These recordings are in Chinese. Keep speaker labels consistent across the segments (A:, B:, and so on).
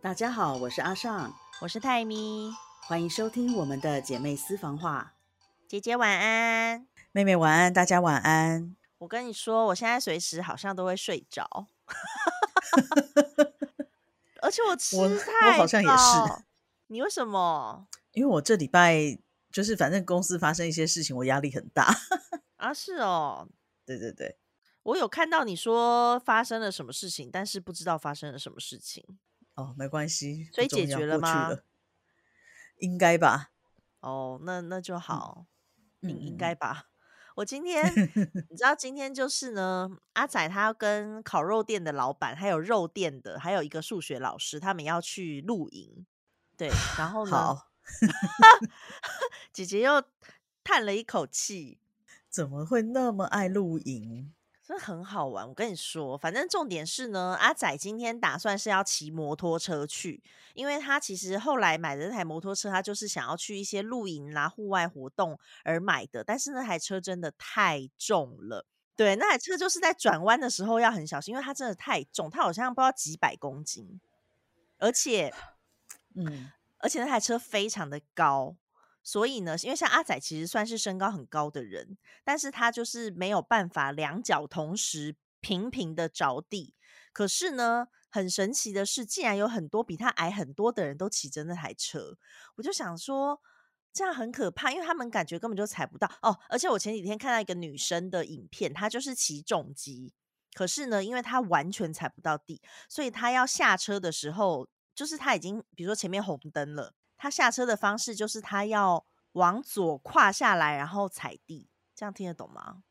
A: 大家好，我是阿尚，
B: 我是泰咪，
A: 欢迎收听我们的姐妹私房话。
B: 姐姐晚安。
A: 妹妹晚安，大家晚安。
B: 我跟你说，我现在随时好像都会睡 着，而且我吃
A: 我
B: 太
A: 我好像也是
B: 饱。你为什么
A: 因为我这礼拜就是反正公司发生一些事情，我压力很大。
B: 啊？是哦，
A: 对对对，
B: 我有看到你说发生了什么事情，但是不知道发生了什么事情。
A: 哦，没关系，不
B: 所以
A: 重
B: 解
A: 要
B: 决了
A: 过去
B: 吗
A: 了应该吧？
B: 哦，那那就好，
A: 嗯
B: 应
A: 嗯
B: 应该吧。我今 天你知道今天就是呢，阿仔他要跟烤肉店的老板，还有肉店的，还有一个数学老师，他们要去露营。对，然后呢，
A: 好，
B: 姐姐又叹了一口气，
A: 怎么会那么爱露营？
B: 真的很好玩。我跟你说，反正重点是呢，阿仔今天打算是要骑摩托车去，因为他其实后来买的那台摩托车，他就是想要去一些露营啦、户外活动而买的，但是那台车真的太重了。对，那台车就是在转弯的时候要很小心，因为它真的太重，它好像不知道几百公斤，而且
A: 嗯，
B: 而且那台车非常的高，所以呢，因为像阿仔其实算是身高很高的人，但是他就是没有办法两脚同时平平的着地。可是呢，很神奇的是，竟然有很多比他矮很多的人都骑着那台车，我就想说。这样很可怕，因为他们感觉根本就踩不到哦。而且我前几天看到一个女生的影片，她就是骑重机，可是呢，因为她完全踩不到地，所以他要下车的时候，就是他已经比如说前面红灯了，他下车的方式就是他要往左跨下来，然后踩地，这样听得懂吗？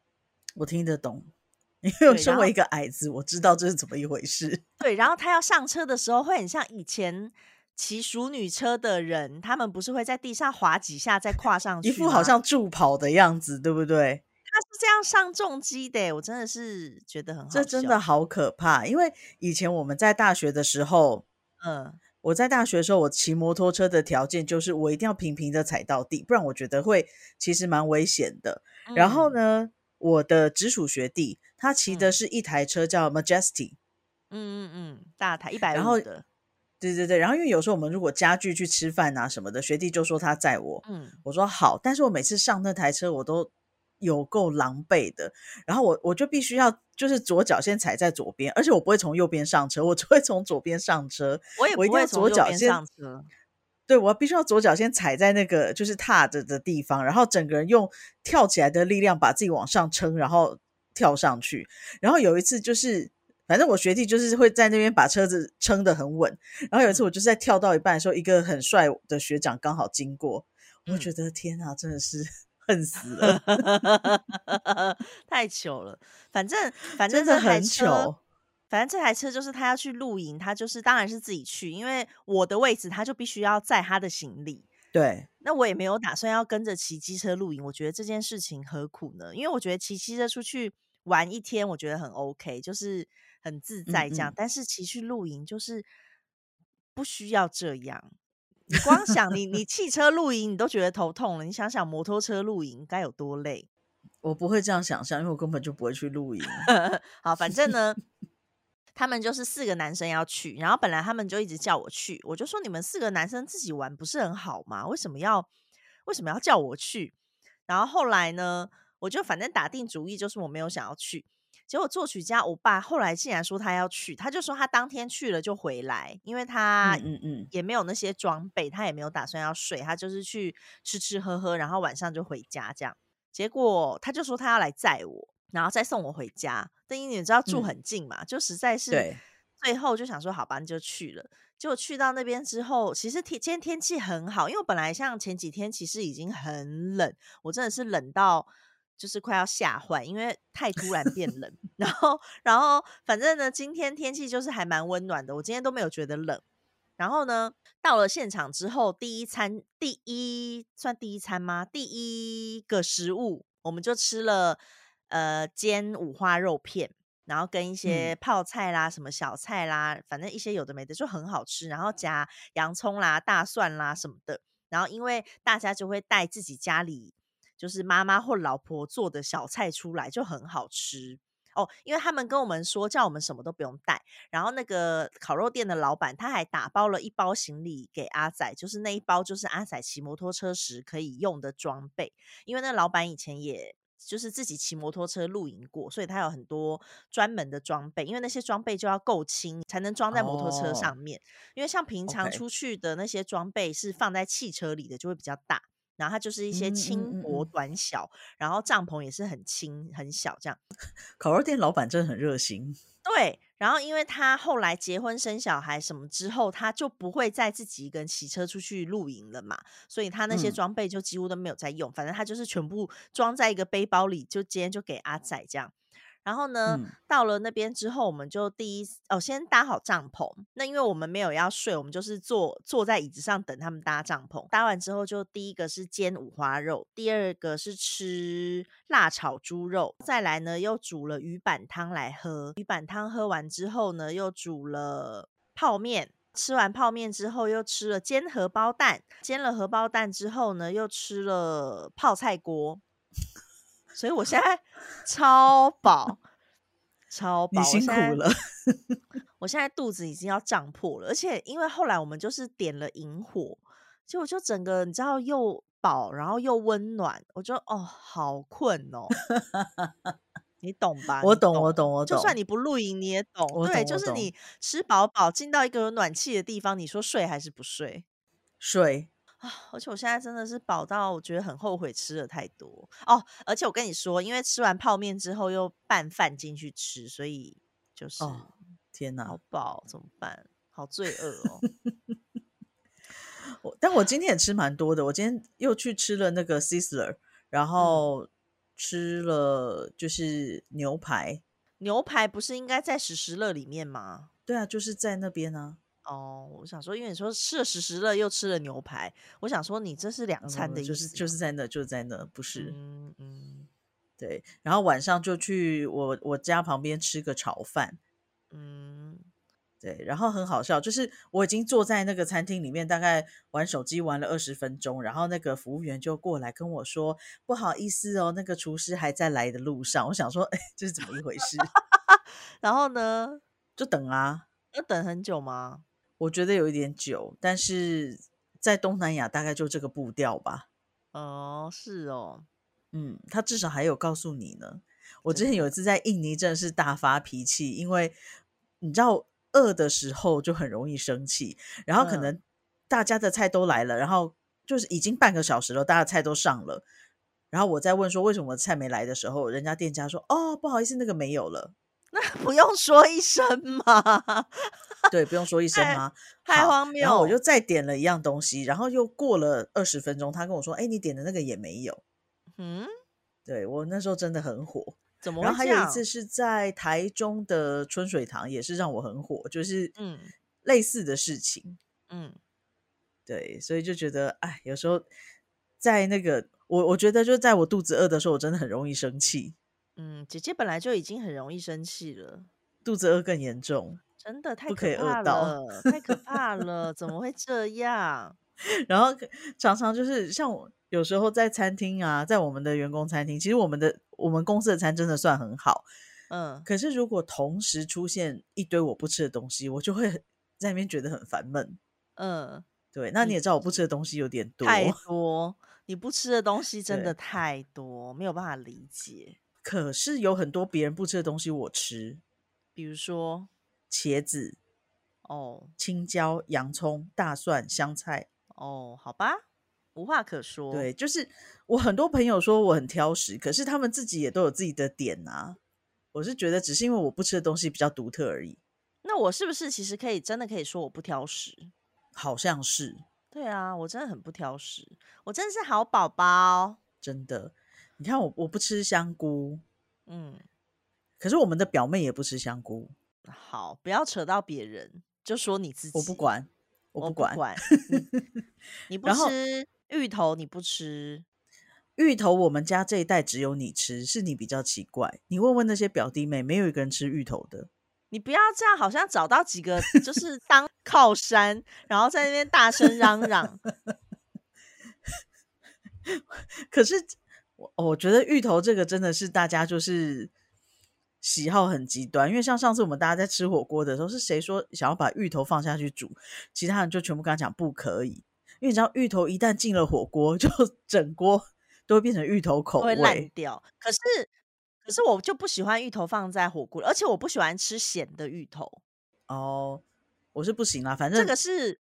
A: 我听得懂， 因为我
B: 对
A: 身
B: 然后
A: 为一个矮子，我知道这是怎么一回事。
B: 对，然后他要上车的时候，会很像以前骑熟女车的人，他们不是会在地上滑几下再跨上去
A: 一
B: 吗，
A: 副好像助跑的样子，对不对？
B: 他是这样上重机的耶，我真的是觉得很好
A: 这真
B: 笑
A: 的，好可怕。因为以前我们在大学的时候，
B: 嗯，
A: 我在大学的时候，我骑摩托车的条件就是我一定要平平的踩到地，不然我觉得会其实蛮危险的。然后
B: 嗯？
A: 呢，我的直属学弟他骑的
B: 嗯
A: 是一台车叫 Majesty，、
B: 嗯嗯嗯，大台一百
A: 然后
B: 五的，
A: 对对对。然后因为有时候我们如果家具去吃饭啊什么的，学弟就说他载我，
B: 嗯，
A: 我说好，但是我每次上那台车我都有够狼狈的，然后我我就必须要就是左脚先踩在左边，而且我不会从右边上车，我只会从左边上车，
B: 我也不
A: 我一定
B: 会
A: 要
B: 从
A: 左
B: 右
A: 脚
B: 边
A: 先
B: 上车，
A: 对我必须要左脚先踩在那个就是踏着的地方，然后整个人用跳起来的力量把自己往上撑，然后跳上去。然后有一次就是，反正我学弟就是会在那边把车子撑得很稳。然后有一次我就是在跳到一半的时候，一个很帅的学长刚好经过，我
B: 嗯，
A: 觉得天啊，真的是恨死了
B: 太糗了。反正反正
A: 真的
B: 这台
A: 很
B: 车
A: 糗，。
B: 反正这台车就是他要去露营，他就是当然是自己去，因为我的位置他就必须要载他的行李。
A: 对，
B: 那我也没有打算要跟着骑机车露营，我觉得这件事情何苦呢？因为我觉得骑机车出去玩一天，我觉得很 OK，就是很自在这样。
A: 嗯
B: 但是骑去露营就是不需要这样。你光想你 你汽车露营你都觉得头痛了，你想想摩托车露营该有多累？
A: 我不会这样想象，因为我根本就不会去露营。
B: 好，反正 呢，他们就是四个男生要去，然后本来他们就一直叫我去，我就说你们四个男生自己玩不是很好吗？为什么要为什么要叫我去？然后后来呢，我就反正打定主意，就是我没有想要去。结果作曲家欧巴后来竟然说他要去，他就说他当天去了就回来，因为他
A: 嗯嗯嗯，
B: 也没有那些装备，他也没有打算要睡，他就是去吃吃喝喝，然后晚上就回家这样。结果他就说他要来载我，然后再送我回家。但因为你知道住
A: 嗯
B: 很近嘛，就实在是
A: 对，
B: 最后就想说好吧，那就去了。结果去到那边之后，其实天今天天气很好，因为我本来像前几天其实已经很冷，我真的是冷到就是快要吓坏，因为太突然变冷。 然后，然后反正呢，今天天气就是还蛮温暖的，我今天都没有觉得冷。然后呢，到了现场之后，第一餐第一算第一餐吗？第一个食物我们就吃了呃煎五花肉片，然后跟一些泡菜啦、什么小菜啦，反正一些有的没的就很好吃，然后加洋葱啦、大蒜啦什么的。然后因为大家就会带自己家里就是妈妈或老婆做的小菜出来，就很好吃。哦，因为他们跟我们说叫我们什么都不用带，然后那个烤肉店的老板他还打包了一包行李给阿仔，就是那一包就是阿仔骑摩托车时可以用的装备，因为那老板以前也。就是自己骑摩托车露营过，所以他有很多专门的装备，因为那些装备就要够轻，才能装在摩托车上
A: 哦
B: 面。因为像平常
A: OK
B: 出去的那些装备是放在汽车里的，就会比较大。然后它就是一些
A: 嗯嗯
B: 轻
A: 嗯
B: 薄
A: 嗯
B: 短小，然后帐篷也是很轻很小这样。
A: 烤肉店老板真的很热心，
B: 对，然后因为他后来结婚生小孩什么之后，他就不会再自己一个人骑车出去露营了嘛，所以他那些
A: 嗯
B: 装备就几乎都没有在用，反正他就是全部装在一个背包里，就今天就给阿仔这样。然后呢，
A: 嗯
B: 到了那边之后，我们就第一哦，先搭好帐篷。那因为我们没有要睡，我们就是坐坐在椅子上等他们搭帐篷。搭完之后，就第一个是煎五花肉，第二个是吃辣炒猪肉，再来呢又煮了鱼板汤来喝。鱼板汤喝完之后呢，又煮了泡面。吃完泡面之后，又吃了煎荷包蛋，煎了荷包蛋之后呢，又吃了泡菜锅，所以我现在超饱，超饱，
A: 你
B: 我
A: 辛
B: 现
A: 苦
B: 在
A: 了。
B: 我现在肚子已经要胀破了，而且因为后来我们就是点了萤火，结果就整个你知道又饱，然后又温暖，我就哦好困 哦，你懂吧？
A: 我
B: 你
A: 懂，我懂，我
B: 就
A: 懂。
B: 算你不露营你也懂，
A: 我
B: 对，
A: 懂
B: 就
A: 我
B: 是
A: 懂
B: 你吃饱饱进到一个有暖气的地方，你说睡还是不睡？
A: 睡，
B: 啊，而且我现在真的是饱到，我觉得很后悔吃了太多哦。而且我跟你说，因为吃完泡面之后又拌饭进去吃，所以就是
A: 哦天
B: 好
A: 哪！
B: 饱，怎么办？好罪恶哦。
A: 我但我今天也吃蛮多的，我今天又去吃了那个 Sizzler，然
B: 嗯
A: 后吃了就是牛排。
B: 牛排不是应该在时时乐里面吗？
A: 对啊，就是在那边啊。
B: 哦，我想说，因为你说吃了时时乐又吃了牛排，我想说你这是两
A: 嗯
B: 啊餐的意思
A: 就
B: 吗，
A: 是就是在那，就是在那，不是、
B: 嗯嗯
A: 对。然后晚上就去我我家旁边吃个炒饭，
B: 嗯，
A: 对。然后很好笑，就是我已经坐在那个餐厅里面，大概玩手机玩了二十分钟，然后那个服务员就过来跟我说：“不好意思哦，那个厨师还在来的路上。”我想说， 哎，这是怎么一回事？
B: 然后呢？
A: 就等啊，
B: 要等很久吗？
A: 我觉得有一点久，但是在东南亚大概就这个步调吧。
B: 哦，是哦，
A: 嗯，他至少还有告诉你呢。我之
B: 真
A: 前有一次在印尼真的是大发脾气，因为你知道饿的时候就很容易生气，然后可
B: 嗯
A: 能大家的菜都来了，然后就是已经半个小时了，大家的菜都上了，然后我在问说为什么我的菜没来的时候，人家店家说哦不好意思那个没有了，
B: 不用说一声吗？
A: 对，不用说一声
B: 太
A: 吗？
B: 太
A: 好
B: 荒谬！
A: 然后我就再点了一样东西，然后又过了二十分钟，他跟我说：“哎，你点的那个也没有。
B: 嗯，
A: 对”我那时候真的很火。
B: 怎么
A: 然后
B: 会
A: 还
B: 这
A: 有
B: 样？
A: 一次是在台中的春水堂，也是让我很火，就是
B: 嗯
A: 类似的事情。
B: 嗯，
A: 对，所以就觉得，哎，有时候在那个我我觉得就在我肚子饿的时候，我真的很容易生气，
B: 嗯，姐姐本来就已经很容易生气了，
A: 肚子饿更严重。
B: 真的太
A: 不可以饿
B: 怕
A: 到
B: 了，太可怕了，怎么会这样？
A: 然后可常常就是像我有时候在餐厅啊，在我们的员工餐厅，其实我们的我们公司的餐真的算很好，
B: 嗯，
A: 可是如果同时出现一堆我不吃的东西，我就会很在那边觉得很烦闷。
B: 嗯，
A: 对，那
B: 嗯
A: 你也知道我不吃的东西有点多，
B: 太多，你不吃的东西真的
A: 对
B: 太多，没有办法理解。
A: 可是有很多别人不吃的东西我吃，
B: 比如说，
A: 茄子、
B: 哦
A: 青椒、洋葱、大蒜、香菜。
B: 哦，好吧，无话可说。
A: 对，就是我很多朋友说我很挑食，可是他们自己也都有自己的点啊。我是觉得只是因为我不吃的东西比较独特而已，
B: 那我是不是其实可以真的可以说我不挑食？
A: 好像是
B: 对啊，我真的很不挑食，我真的是好宝宝。
A: 真的。你看我我不吃香菇，
B: 嗯，
A: 可是我们的表妹也不吃香菇，
B: 好，不要扯到别人，就说你自己。
A: 我不，管，
B: 我
A: 不管。
B: 你 你不
A: 然后
B: 吃芋头，你不吃，
A: 芋头我们家这一代只有你吃，是你比较奇怪。你问问那些表弟妹，没有一个人吃芋头的。
B: 你不要这样，好像找到几个 就是当靠山，然后在那边大声嚷嚷。
A: 哦可是我我觉得芋头这个真的是大家就是喜好很极端，因为像上次我们大家在吃火锅的时候，是谁说想要把芋头放下去煮，其他人就全部跟他讲不可以，因为你知道芋头一旦进了火锅， 就整锅都会变成芋头口
B: 会烂
A: 味。
B: 掉。可是，可是我就不喜欢芋头放在火锅，而且我不喜欢吃咸的芋头。
A: 哦，我是不行啦，反
B: 这
A: 正
B: 个是，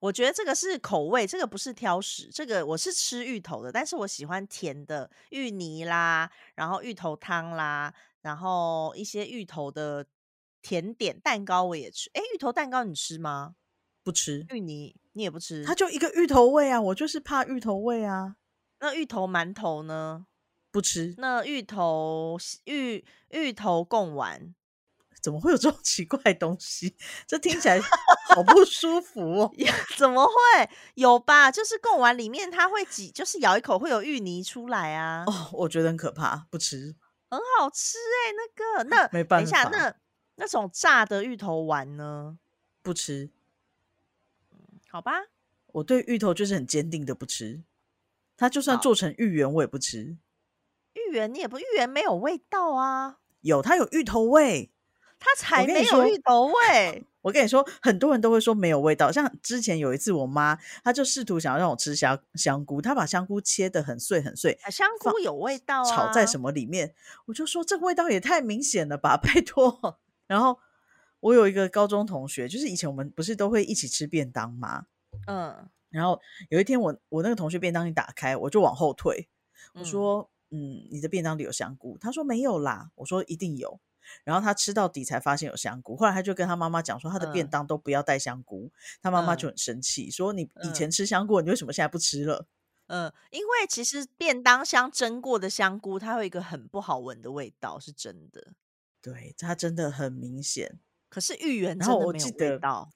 B: 我觉得这个是口味，这个不是挑食。这个我是吃芋头的，但是我喜欢甜的芋泥啦，然后芋头汤啦，然后一些芋头的甜点蛋糕我也吃。哎，芋头蛋糕你吃吗？
A: 不吃，
B: 芋泥你也不吃？
A: 它就一个芋头味啊，我就是怕芋头味啊，
B: 那芋头馒头呢？
A: 不吃。
B: 那芋头芋芋头贡丸
A: 怎么会有这种 奇怪的东西？这听起来好不舒服 哦。
B: 怎么会有吧？就是贡丸里面它会挤，就是咬一口会有芋泥出来啊，
A: 哦，我觉得很可怕，不吃。
B: 很好吃哎、那个那等
A: 没
B: 一
A: 办
B: 下，
A: 法
B: 那那种炸的芋头丸呢？
A: 不吃。
B: 好吧，
A: 我对芋头就是很坚定的不吃，它就算
B: 好
A: 做成芋圆我也不吃。
B: 芋圆你也不芋圆没有味道啊，
A: 有它有芋头味，
B: 它才
A: 跟
B: 没
A: 你
B: 有
A: 说
B: 芋头 味。
A: 我跟你说，很多人都会说没有味道。像之前有一次，我妈她就试图想要让我吃香香菇，她把香菇切得很碎很碎，
B: 啊香菇有味道啊，
A: 炒在什
B: 么？
A: 么里面，我就说这个味道也太明显了吧，拜托。 然后我有一个高中同学，就是以前我们不是都会一起吃便当吗？
B: 嗯，
A: 然后有一天我我那个同学便当一打开，我就往后退，我
B: 嗯
A: 说：“嗯，你的便当里有香菇？”他说：“没有啦。”我说：“一定有。”然后他吃到底才发现有香菇，后来他就跟他妈妈讲说，他的便
B: 嗯
A: 当都不要带香菇。他妈妈就
B: 嗯
A: 很生气，说：“你以
B: 嗯
A: 前吃香菇，你为什么现在不吃了
B: 嗯，因为其实便当箱蒸过的香菇，它会有一个很不好闻的味道，是真的。？”
A: 对，他真的很明显
B: 可是芋圆
A: 然
B: 真
A: 后
B: 的
A: 我
B: 没有
A: 记
B: 味
A: 得
B: 道，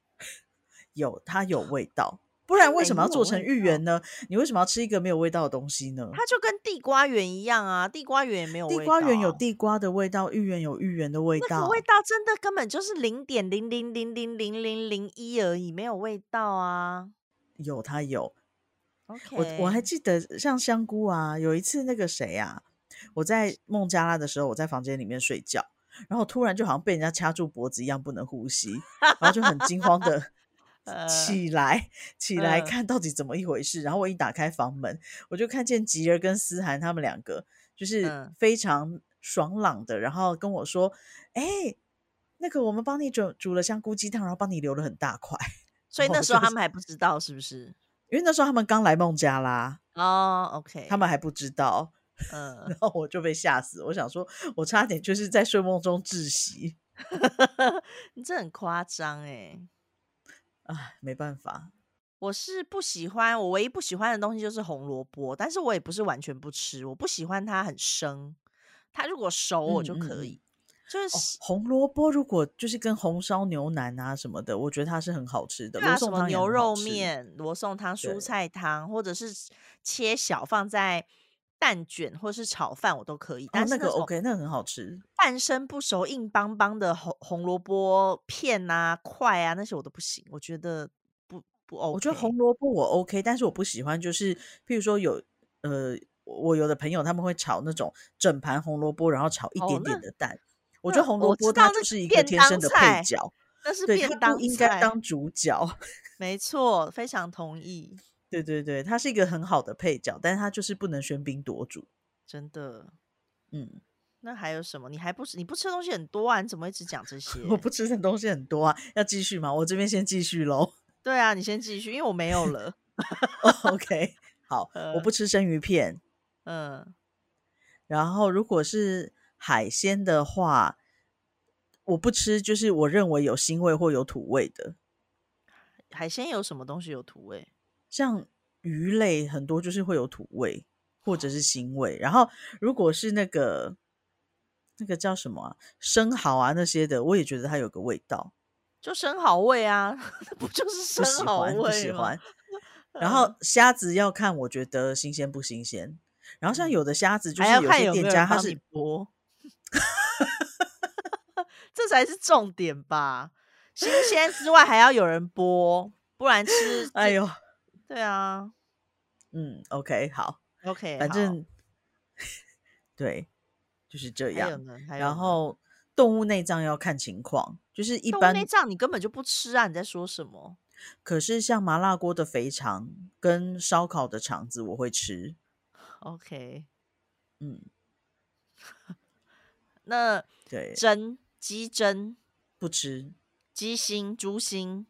A: 有，它有味道，不然为
B: 没
A: 什么要
B: 哎有
A: 做成
B: 味
A: 芋
B: 道
A: 圆呢？你为什么要吃一个没有味道的东西呢？
B: 它就跟地瓜圆一样啊，地瓜圆也没有
A: 地
B: 味道啊、
A: 瓜圆有地瓜的味道，芋圆有芋圆的味
B: 那个
A: 道，
B: 味道真的根本就是零点零零零零零零零一而已，没有味道啊。
A: 有它有。
B: OK，
A: 我我还记得像香菇啊，有一次那个谁啊，我在孟加拉的时候，我在房间里面睡觉，然后突然就好像被人家掐住脖子一样，不能呼吸，然后就很惊 慌的
B: 呃
A: 起来，起来
B: 嗯
A: 看到底怎么一回事。然后我一打开房门，我就看见吉儿跟思涵他们两个，就是
B: 嗯
A: 非常爽朗的，然后跟我说：“哎、那个我们帮你煮煮了香菇鸡汤，然后帮你留了很大块。”
B: 所以
A: 我
B: 那时候
A: 就
B: 他们还不知道是不是？
A: 因为那时候他们刚来孟加拉，
B: 哦，OK、o k
A: 他们还不知道。
B: 嗯
A: 然，后我就被吓死，我想说，我差点就是在睡梦中窒息。
B: 你这很夸张哎。
A: 唉，没办法，
B: 我是不喜欢，我唯一不喜欢的东西就是红萝卜，但是我也不是完全不吃，我不喜欢它很生，它如果熟我就
A: 嗯嗯
B: 可
A: 嗯
B: 以，就是、
A: 红萝卜如果就是跟红烧牛腩啊什么的，我觉得它是很好吃的。
B: 对
A: 罗
B: 啊，什
A: 宋
B: 么
A: 汤也
B: 牛
A: 很好
B: 肉
A: 吃，哦
B: 面、罗宋汤、蔬
A: 对
B: 菜汤，或者是切小放在蛋卷或是炒饭，我都可以。
A: 哦，
B: 但是
A: 那个
B: 种
A: OK，那个很好吃。
B: 半生不熟、硬邦邦的红红萝卜片啊、块啊那些我都不行，我觉得不不 OK。
A: 我觉得红萝卜我 OK，但是我不喜欢，就是譬如说有呃，我有的朋友他们会炒那种整盘红萝卜，然后炒一
B: 哦
A: 点
B: 那
A: 点的蛋。我
B: 那
A: 觉得红
B: 我
A: 萝
B: 知
A: 卜
B: 道
A: 它
B: 那
A: 就是是一个
B: 便
A: 天
B: 当
A: 生的
B: 菜
A: 配角，
B: 那是
A: 对它
B: 便当
A: 不应该
B: 菜
A: 当主角。
B: 没错，非常同意，
A: 对对对，它是一个很好的配角，但是它就是不能喧宾夺主。
B: 真的。
A: 嗯，
B: 那还有什么？你还不吃？你不吃的东西很多啊？你怎么一直讲这些？
A: 我不吃的东西很多啊，要继续吗？我这边先继续喽。
B: 对啊，你先继续，因为我没有了。
A: OK，好，我不吃生鱼片。
B: 嗯，
A: 然后如果是海鲜的话，我不吃，就是我认为有腥味或有土味的，
B: 海鲜有什么东西有土味？
A: 像鱼类很多就是会有土味或者是腥味。然后如果是那个那个叫什么啊，生蚝啊那些的，我也觉得它有个味道。
B: 就生蚝味啊， 不就是
A: 不喜
B: 生蚝味
A: 欢，
B: 吗？嗯
A: 不喜欢。然后虾子要看，我觉得新鲜不新鲜。然后像
B: 嗯
A: 有的虾子，就
B: 还
A: 是
B: 要
A: 有
B: 看
A: 些
B: 有没
A: 店
B: 有
A: 家
B: 人
A: 它
B: 帮
A: 是
B: 你哎剥， 这才是重点吧。新鲜之外还要有人剥，不然吃
A: 哎呦，
B: 对啊
A: 嗯，OK，好，
B: ，OK，
A: 反
B: 好
A: 正 对，就是这
B: 还有
A: 样。
B: 呢，还有
A: 然
B: 呢
A: 后动物内脏要看情况，就是一
B: 动物
A: 般
B: 内脏你根本就不吃啊！你在说什么？
A: 可是像麻辣锅的肥肠跟烧烤的肠子我会吃，
B: OK，
A: 嗯，
B: 那
A: 对，
B: 胗、鸡胗、
A: 不吃
B: 鸡心、猪心、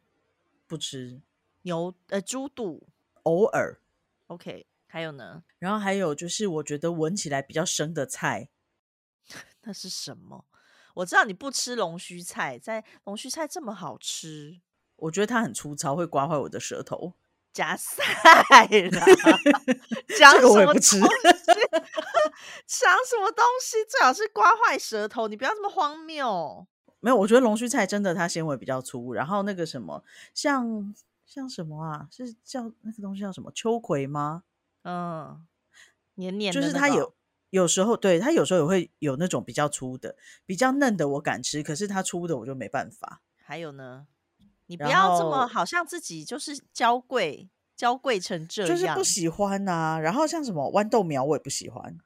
A: 不吃，
B: 牛呃猪肚
A: 偶尔。
B: ，OK，还有呢？
A: 然后还有就是，我觉得闻起来比较生的菜，
B: 那是什么？我知道你不吃龙须菜，在龙须菜这么好吃，
A: 我觉得它很粗糙，会刮坏我的舌头。
B: 夹 菜啦，讲什
A: 这个我也
B: 么
A: 不吃
B: 东西？讲什么东西？最好是刮坏舌头，你不要这么荒谬。
A: 没有，我觉得龙须菜真的它纤维比较粗，然后那个什么，像像什么啊，是叫那个东西叫什么秋葵吗？
B: 嗯，黏黏的、哦
A: 就是它有。有时候对它有时候也会有那种比较粗的、比较嫩的，我敢吃，可是它粗的我就没办法。
B: 还有呢，你不
A: 然
B: 要这
A: 后
B: 么好像自己就是娇贵，娇贵成这
A: 就是
B: 样。
A: 不喜欢呐、然后像什么豌豆苗我也不喜欢，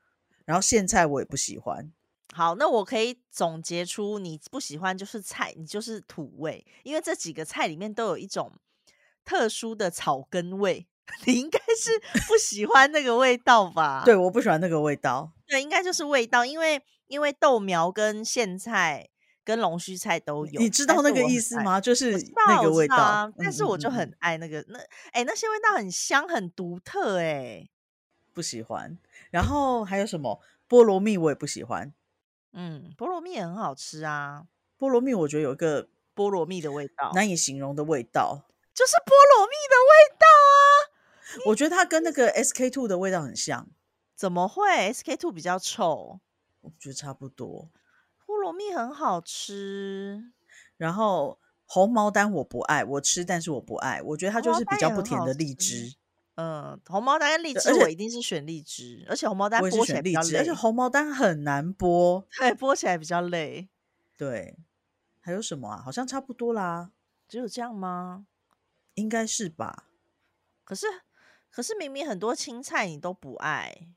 A: 然后苋菜我也不喜欢。
B: 好，那我可以总结出你不喜欢就是菜，你就是土味，因为这几个菜里面都有一种特殊的草根味。 你应该是不喜欢那个味道吧？
A: 对，我不喜欢那个味道。
B: 对，应该就是味道，因为因为豆苗跟苋菜跟龙须菜都有，
A: 嗯你知
B: 但
A: 道
B: 是
A: 那个
B: 我很
A: 意思
B: 爱
A: 吗？就是
B: 我知
A: 那
B: 道
A: 个
B: 我
A: 味
B: 知道
A: 道。
B: 啊，
A: 嗯
B: 但是我
A: 嗯
B: 就
A: 嗯
B: 很
A: 嗯
B: 爱那个那哎、那些味道很香很独特哎、
A: 不喜欢。然后还有什么菠萝蜜我也不喜欢。
B: 嗯，菠萝蜜也很好吃啊，
A: 菠萝蜜我觉得有一个
B: 菠萝蜜的味道
A: 难以形容的味道，
B: 就是菠萝蜜的味道啊，
A: 我觉得它跟那个 SK two 的味道很像，
B: 怎么会？SK two 比较臭，
A: 我觉得差不多。
B: 菠萝蜜很好吃，
A: 然后红毛丹我不爱，我吃但是我不爱，我觉得它
B: 红
A: 就
B: 毛
A: 是比
B: 丹
A: 较
B: 也
A: 不
B: 很
A: 甜
B: 好
A: 的荔
B: 吃
A: 枝。
B: 嗯，红毛丹跟荔
A: 对
B: 枝
A: 而且
B: 我一定是选荔枝，而且红毛丹
A: 我也是
B: 剥起来
A: 选
B: 比
A: 荔
B: 较
A: 枝，
B: 累，
A: 而且红毛丹很难剥。
B: 对剥起来比较累，
A: 对，还有什么啊？好像差不多啦，
B: 只有这样吗？
A: 应该是吧。
B: 可是可是明明很多青菜你都不爱，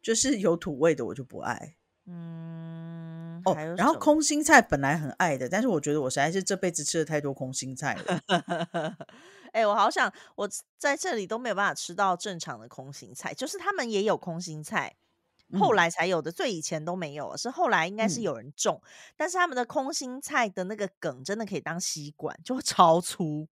A: 就是有土味的我就不爱
B: 嗯，
A: 哦
B: 还有，
A: 然后
B: 什么
A: 空心菜本来很爱的，但是我觉得我实在是这辈子吃了太多空心菜了。
B: 哎、我好想我吃在这里都没有办法吃到正常的空心菜，就是他们也有空心菜，后
A: 嗯
B: 来才有的，最以前都没有，是后来应该是
A: 嗯
B: 有人种，但是他们的空心菜的那个梗真的可以当吸管，就会超粗，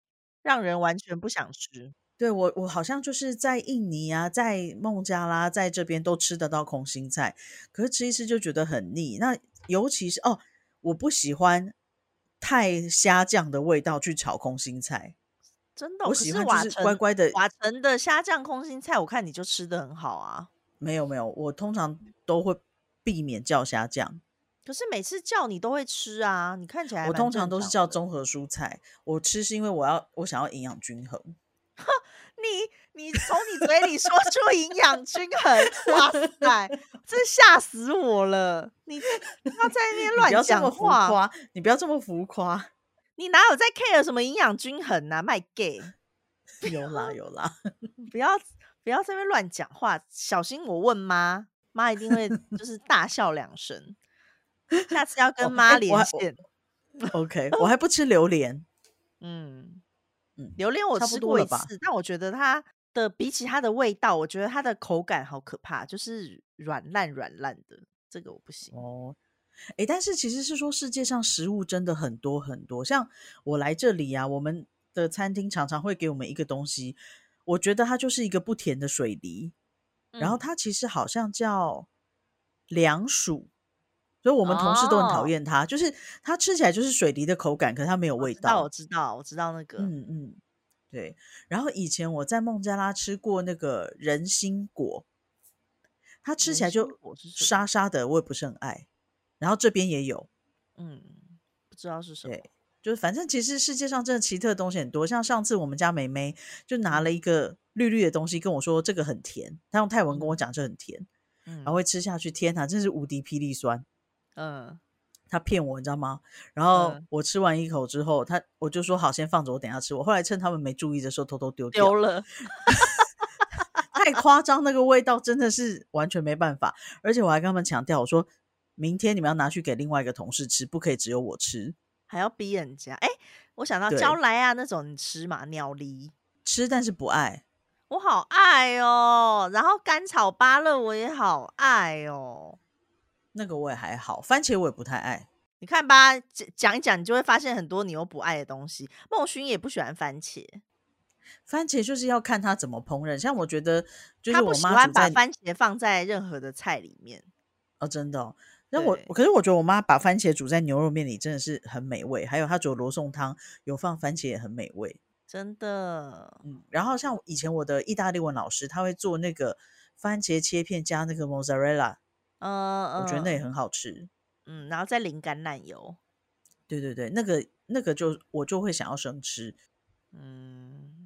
B: 让人完全不想吃。
A: 对我，我好像就是在印尼啊，在孟加拉，在这边都吃得到空心菜，可是吃一吃就觉得很腻。那尤其是哦，我不喜欢太虾酱的味道去炒空心菜，
B: 真的哦，
A: 我
B: 可
A: 喜
B: 是
A: 欢就
B: 瓦
A: 是
B: 城
A: 乖乖的。
B: 瓦城的虾酱空心菜，我看你就吃的很好啊。
A: 没有没有，我通常都会避免叫虾酱，
B: 可是每次叫你都会吃啊，你看起来还
A: 我
B: 蛮
A: 通
B: 正
A: 常都是
B: 常
A: 叫
B: 的
A: 综合蔬菜。我吃是因为我要我想要营养均衡。
B: 你你从你嘴里说出营养均衡，哇 塞，真吓死我了！你不要在那边
A: 你不要
B: 乱
A: 这么
B: 讲
A: 浮
B: 话，
A: 夸，你不要这么浮夸。
B: 你哪有在 care 什么营养均衡啊？卖 gay，
A: 有啦有啦。
B: 不要不要在那边乱讲话，小心我问妈，妈一定会就是大笑两声。下次要
A: 哦
B: 跟
A: 哎
B: 妈
A: 我
B: 连
A: 还我
B: 线，
A: OK，我还不吃榴莲。
B: 嗯
A: 嗯
B: 榴莲我
A: 差不
B: 吃
A: 多
B: 过
A: 了
B: 一
A: 吧
B: 次，但我觉得它的比起它的味道，我觉得它的口感好可怕，就是软烂软烂的，这个我不行。
A: 哦，诶，但是其实是说世界上食物真的很多很多，像我来这里啊，我们的餐厅常常会给我们一个东西，我觉得它就是一个不甜的水梨，然后
B: 嗯
A: 它其实好像叫凉薯。所以我们同事都很讨
B: 哦
A: 厌它，就是它吃起来就是水梨的口感，可是它没有
B: 我
A: 味
B: 知道，我
A: 道。
B: 知道，我知道那个，
A: 嗯嗯，对。然后以前我在孟加拉吃过那个人心果，它吃起
B: 人
A: 来
B: 心
A: 就
B: 果是什么？
A: 沙沙的，我也不是很爱。然后这边也有，
B: 嗯，不知道是什么。
A: 对，就是反正其实世界上真的奇特的东西很多。像上次我们家梅梅就
B: 嗯
A: 拿了一个绿绿的东西跟我说这个很甜，她用泰文跟我
B: 嗯
A: 讲这很甜，
B: 嗯
A: 然后会吃下去，天哪，真是无敌霹雳酸。
B: 嗯
A: 她骗我，你知道吗？然后
B: 嗯，
A: 我吃完一口之后，她我就说好，先放着，我等一下吃。我后来趁他们没注意的时候偷偷丢掉
B: 丢，了。
A: 太夸张，那个味道真的是完全没办法。而且我还跟他们强调，我说明天你们要拿去给另外一个同事吃，不可以只有我吃。
B: 还要逼人家。哎、我想到
A: 对
B: 娇莱啊那种，你吃嘛鸟梨，
A: 吃但是不爱，
B: 我好爱哦。然后甘草芭乐我也好爱哦。
A: 那个我也还好，番茄我也不太爱。
B: 你看吧，讲讲一讲，你就会发现很多你又不爱的东西。孟勋也不喜欢番茄，
A: 番茄就是要看它怎么烹饪，像我觉得就是
B: 他不
A: 我
B: 喜
A: 妈
B: 欢
A: 煮
B: 把
A: 在
B: 番茄放在任何的菜里面。
A: 哦，真的、哦。那我
B: 对
A: 可是我觉得我妈把番茄煮在牛肉面里真的是很美味，还有她煮的罗宋汤有放番茄也很美味。
B: 真的，
A: 嗯，然后像以前我的意大利文老师，他会做那个番茄切片加那个 mozzarella，
B: 嗯、
A: 我觉得那也
B: 嗯
A: 很好吃。
B: 嗯，然后再淋橄榄油，
A: 对对对，那个那个就我就会想要生吃。
B: 嗯，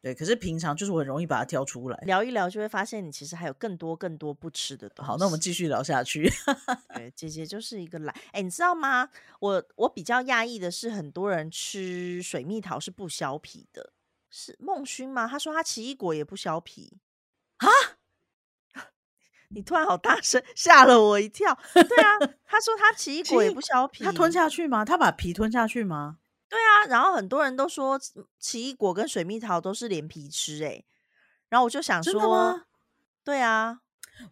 A: 对，可是平常就是我很容易把它挑出来。
B: 聊一聊就会发现你其实还有更多更多不吃的东西。
A: 好，那我们继续聊下去。
B: 对，姐姐就是一个懒。哎、你知道吗？我我比较讶异的是，很多人吃水蜜桃是不削皮的。是孟勋吗？他说他奇异果也不削皮啊！ 你突然好大声，吓了我一跳。对啊，他说他奇异
A: 奇
B: 果也
A: 异
B: 不削皮，
A: 他吞下去吗？他把皮吞下去吗？
B: 对啊，然后很多人都说嗯奇异果跟水蜜桃都是连皮吃、欸，然后我就想
A: 真的吗
B: 说，对啊，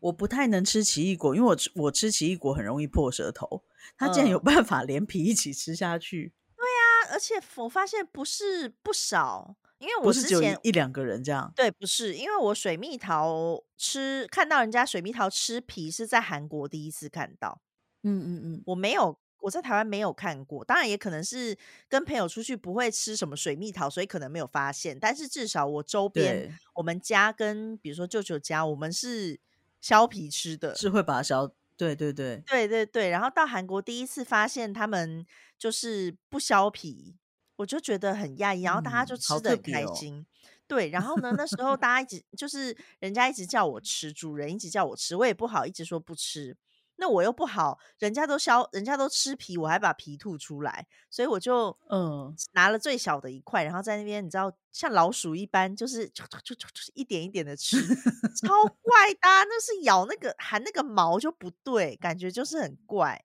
A: 我不太能吃奇异果，因为我吃我吃奇异果很容易破舌头。他竟然有
B: 嗯
A: 办法连皮一起吃下去，
B: 啊，而且我发现不是不少，因为
A: 不
B: 我
A: 是
B: 之
A: 只有
B: 前
A: 一一两个人这样。
B: 对不是，因为我水蜜桃吃看到人家水蜜桃吃皮是在韩国第一次看到，
A: 嗯嗯嗯，
B: 我没有。我在台湾没有看过，当然也可能是跟朋友出去不会吃什么水蜜桃，所以可能没有发现。但是至少我周边，
A: 对，
B: 我们家跟比如说舅舅家，我们是削皮吃的，
A: 是会把它削。对对对，
B: 对对对，然后到韩国第一次发现他们就是不削皮，我就觉得很讶异，然后大家就
A: 嗯好
B: 吃的
A: 特
B: 很
A: 别
B: 开
A: 哦
B: 心。对，然后呢，那时 候大家一直就是人家一直叫我吃，主人一直叫我吃，我也不好一直说不吃。那我又不好，人家都削，人家都吃皮，我还把皮吐出来，所以我就
A: 嗯，
B: 拿了最小的一块，然后在那边你知道像老鼠一般，就是就就就一点一点的吃，超怪的啊、那是咬那个含那个毛就不对，感觉就是很怪。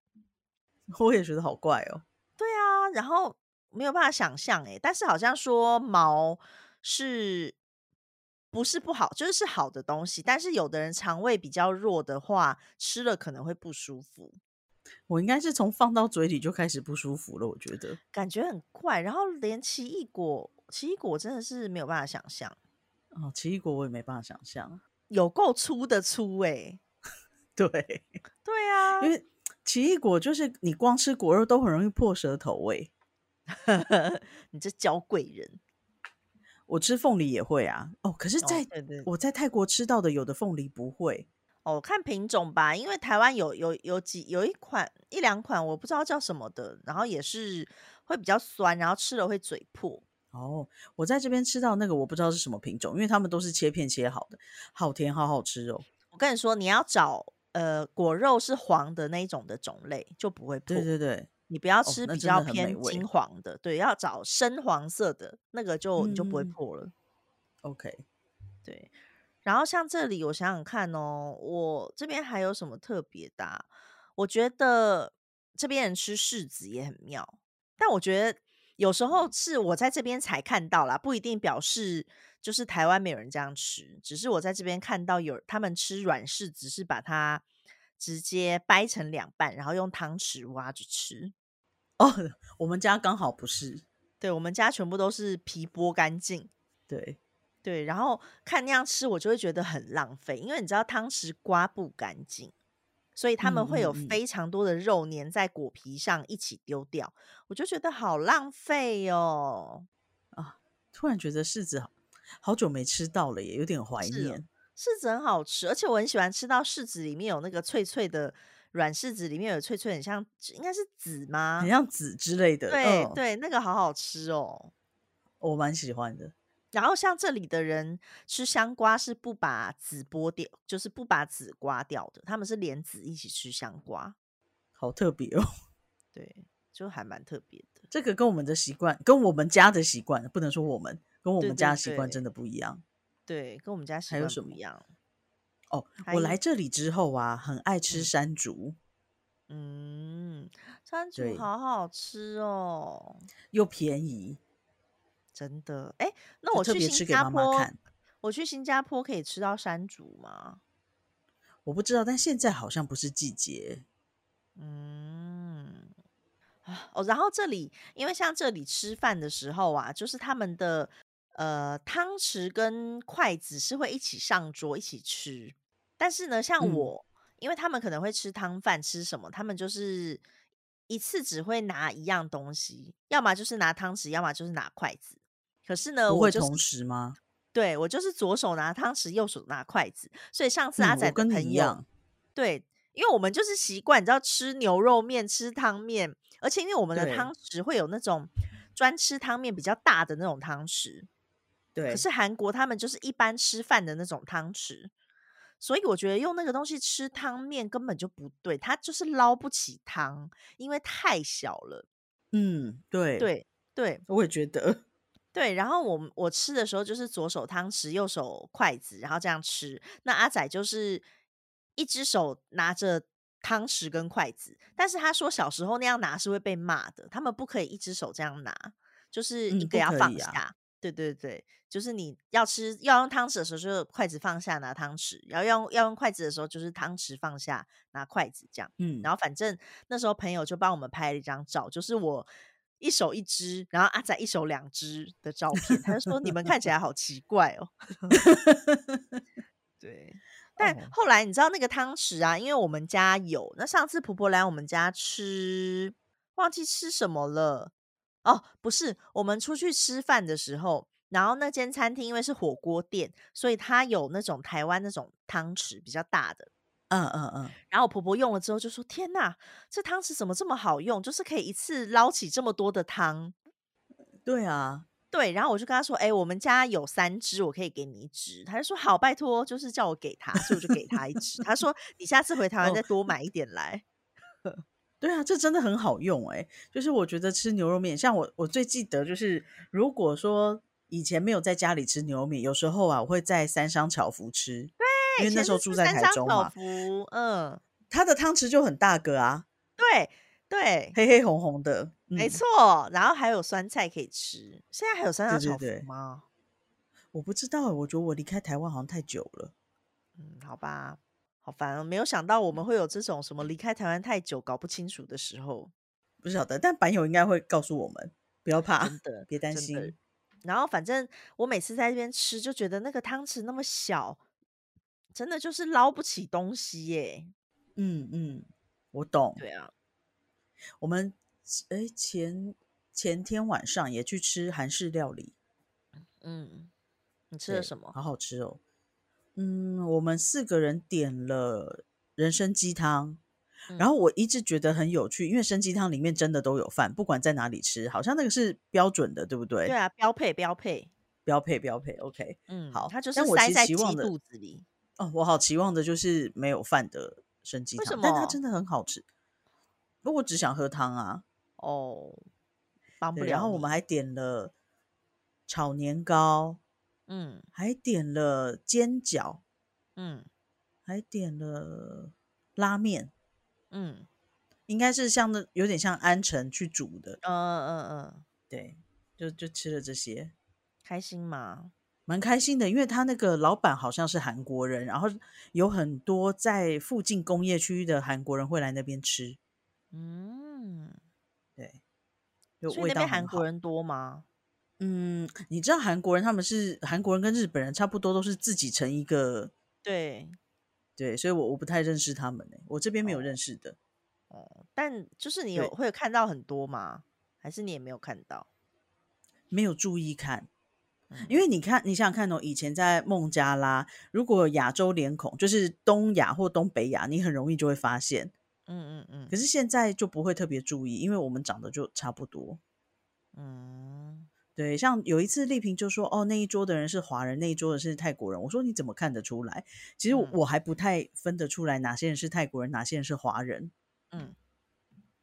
A: 我也觉得好怪哦。
B: 对啊，然后没有办法想象诶、但是好像说毛是不是不好，就是是好的东西，但是有的人肠胃比较弱的话，吃了可能会不舒服。
A: 我应该是从放到嘴里就开始不舒服了，我觉得。
B: 感觉很怪，然后连奇异果，奇异果真的是没有办法想象，
A: 哦，奇异果我也没办法想象。
B: 有够粗的粗欸诶、
A: 对，
B: 对啊，
A: 因为奇异果就是你光吃果肉都很容易破舌头味。
B: 你这娇贵人
A: 我吃凤梨也会啊，哦，可是
B: 哦
A: 在、
B: 对对
A: 我在泰国吃到的有的凤梨不会，
B: 哦，看品种吧，因为台湾有有有几有一款一两款我不知道叫什么的，然后也是会比较酸，然后吃了会嘴破。
A: 哦，我在这边吃到那个我不知道是什么品种，因为他们都是切片切好的，好甜，好好吃哦。
B: 我跟你说，你要找呃果肉是黄的那一种的种类就不会破，
A: 对对对，
B: 你不要
A: 哦
B: 吃
A: 那
B: 比
A: 真的
B: 较
A: 很美
B: 偏
A: 味
B: 金黄的，对，要找深黄色的那个就你就不会
A: 嗯嗯嗯
B: 破了。
A: 哦 OK，
B: 对，然后像这里，我想想看哦，我这边还有什么特别的啊、我觉得这边人吃柿子也很妙，但我觉得有时候是我在这边才看到啦，不一定表示就是台湾没有人这样吃，只是我在这边看到有他们吃软柿子是把它直接掰成两半，然后用汤匙挖着吃。
A: 哦，我们家刚好不是，
B: 对我们家全部都是皮剥干净，
A: 对，
B: 对，然后看那样吃，我就会觉得很浪费，因为你知道汤匙刮不干净，所以他们
A: 嗯
B: 会有
A: 嗯嗯
B: 非常多的肉粘在果皮上一起丢掉，我就觉得好浪费哦。
A: 突然觉得柿子好好久没吃到了耶，有点怀
B: 是哦
A: 念。
B: 柿子很好吃，而且我很喜欢吃到柿子里面有那个脆脆的软柿子，里面有脆脆，很像应该是籽吗
A: 很？像籽之类的，
B: 啊对、
A: 嗯，
B: 对，那个好好吃哦。
A: 我蛮喜欢的。
B: 然后像这里的人吃香瓜是不把籽剥掉，就是不把籽刮掉的，他们是连籽一起吃香瓜。
A: 好特别哦，
B: 对，就还蛮特别的。
A: 这个跟我们的习惯，跟我们家的习惯，不能说我们跟我
B: 对
A: 们
B: 对
A: 家的习惯
B: 对
A: 真的不一样。
B: 对，跟我们家习
A: 还有
B: 惯
A: 什
B: 不
A: 么
B: 一样。
A: 哦，
B: 还
A: 我
B: 有
A: 来这里之后啊，很爱吃
B: 嗯
A: 山竹，
B: 嗯，山竹
A: 对，
B: 好好吃哦，
A: 又便宜，
B: 真的。哎，那
A: 就
B: 我
A: 特
B: 去
A: 别
B: 新
A: 吃给
B: 加
A: 妈妈
B: 坡
A: 看，
B: 我去新加坡可以吃到山竹吗？
A: 我不知道，但现在好像不是季节。
B: 嗯，啊哦，然后这里因为像这里吃饭的时候啊，就是他们的呃汤匙跟筷子是会一起上桌一起吃，但是呢，像
A: 嗯，
B: 我，因为他们可能会吃汤饭吃什么，他们就是一次只会拿一样东西，要么就是拿汤匙，要么就是拿筷子。可是呢，呃
A: 不
B: 我
A: 会
B: 就是
A: 同时吗？
B: 对我就是左手拿汤匙，右手拿筷子，所以上次阿
A: 嗯，
B: 仔
A: 我
B: 的
A: 跟你
B: 朋
A: 一
B: 友
A: 样。
B: 对，因为我们就是习惯，你知道吃牛肉面、吃汤面，而且因为我们的汤
A: 对
B: 匙会有那种专吃汤面比较大的那种汤匙，可
A: 对，
B: 是韩国他们就是一般吃饭的那种汤匙，所以我觉得用那个东西吃汤面根本就不对，它就是捞不起汤，因为太小了。
A: 嗯，对，
B: 对对，
A: 我也觉得。
B: 对，然后我们我吃的时候就是左手汤匙，右手筷子，然后这样吃。那阿仔就是一只手拿着汤匙跟筷子，但是他说小时候那样拿是会被骂的，他们不可以一只手这样拿，就是一
A: 嗯，
B: 个
A: 不
B: 要
A: 可
B: 放
A: 以啊。
B: 下。对对对，就是你要吃要用汤匙的时候，就是筷子放下拿汤匙；然后要用要用筷子的时候，就是汤匙放下拿筷子这样。
A: 嗯，
B: 然后反正那时候朋友就帮我们拍了一张照，就是我一手一只，然后阿仔一手两只的照片。他就说你们看起来好奇怪哦。 对，但
A: 哦，
B: 后来你知道那个汤匙啊，因为我们家有，那上次婆婆来我们家吃，忘记吃什么了。哦，不是，我们出去吃饭的时候，然后那间餐厅因为是火锅店，所以它有那种台湾那种汤匙比较大的。
A: 嗯嗯嗯，
B: 然后我婆婆用了之后就说：“天呐，这汤匙怎么这么好用？就是可以一次捞起这么多的汤。”
A: 对啊，
B: 对，然后我就跟她说：“哎、我们家有三只，我可以给你一只。”她就说：“好，拜托，就是叫我给她。”所以我就给她一只。她说：“你下次回台湾
A: 哦，
B: 再多买一点来。”
A: 对啊，这真的很好用诶、就是我觉得吃牛肉面，像我我最记得就是，如果说以前没有在家里吃牛肉面，有时候啊我会在三商巧福吃，因
B: 对，以
A: 为那
B: 前
A: 时候
B: 是
A: 住
B: 吃
A: 在
B: 三
A: 台
B: 商
A: 中
B: 巧
A: 嘛，
B: 福，嗯，
A: 它的汤匙就很大个啊，
B: 对对，
A: 黑黑红红的。
B: 没
A: 嗯，
B: 错。然后还有酸菜可以吃。现在还有三
A: 对
B: 商
A: 对
B: 巧福
A: 对，
B: 吗？
A: 我不知道欸，我觉得我离开台湾好像太久了。
B: 嗯，好吧，好烦哦！没有想到我们会有这种什么离开台湾太久搞不清楚的时候，
A: 不晓得，但版友应该会告诉我们，不要
B: 真
A: 怕，
B: 的
A: 别担
B: 真的。
A: 心。
B: 然后反正我每次在这边吃，就觉得那个汤匙那么小，真的就是捞不起东西耶。
A: 嗯嗯，我懂。
B: 对啊，
A: 我们哎前前天晚上也去吃韩式料理，
B: 嗯，你吃了
A: 对，
B: 什么？
A: 好好吃哦。嗯，我们四个人点了人参鸡汤，然
B: 嗯
A: 后我一直觉得很有趣，因为参鸡汤里面真的都有饭，不管在哪里吃，好像那个是标准的，对不
B: 对
A: 对？
B: 啊，标配标配。
A: 标配标配，OK，
B: 嗯，
A: 好。
B: 它就是
A: 但我
B: 塞
A: 其实
B: 在
A: 期
B: 鸡
A: 望的
B: 肚子里。
A: 哦，我好期望的就是没有饭的参鸡
B: 为什
A: 汤，但它真
B: 么？
A: 的很好吃。不过我只想喝汤啊，
B: 哦，帮不
A: 对。然
B: 了
A: 后我们
B: 你。
A: 还点了炒年糕，
B: 嗯
A: 还点了煎饺，
B: 嗯
A: 还点了拉面，
B: 嗯，
A: 应该是像那有点像安城去煮的，
B: 嗯嗯嗯，
A: 对，就就吃了这些，
B: 开心吗？
A: 蛮开心的，因为他那个老板好像是韩国人，然后有很多在附近工业区的韩国人会来那边吃，
B: 嗯，
A: 对，就
B: 所以
A: 味
B: 那
A: 道
B: 边
A: 很
B: 韩国
A: 好。
B: 人多吗？
A: 嗯，你知道韩国人他们是韩国人跟日本人差不多都是自己成一个，
B: 对，
A: 对，所以我我不太认识他们呢、欸我这边没有认
B: 哦
A: 识的，
B: 哦，但就是你有
A: 对，
B: 会有看到很多吗？还是你也没有看到？
A: 没有注意看。
B: 嗯
A: 因为你看，你想想看哦，以前在孟加拉，如果有亚洲脸孔，就是东亚或东北亚，你很容易就会发现。
B: 嗯嗯
A: 可是现在就不会特别注意，因为我们长得就差不多。
B: 嗯嗯，
A: 对，像有一次丽萍就说：“哦，那一桌的人是华人，那一桌的是泰国人。”我说：“你怎么看得出来？”其实我
B: 嗯
A: 我还不太分得出来哪些人是泰国人，哪些人是华人。
B: 嗯。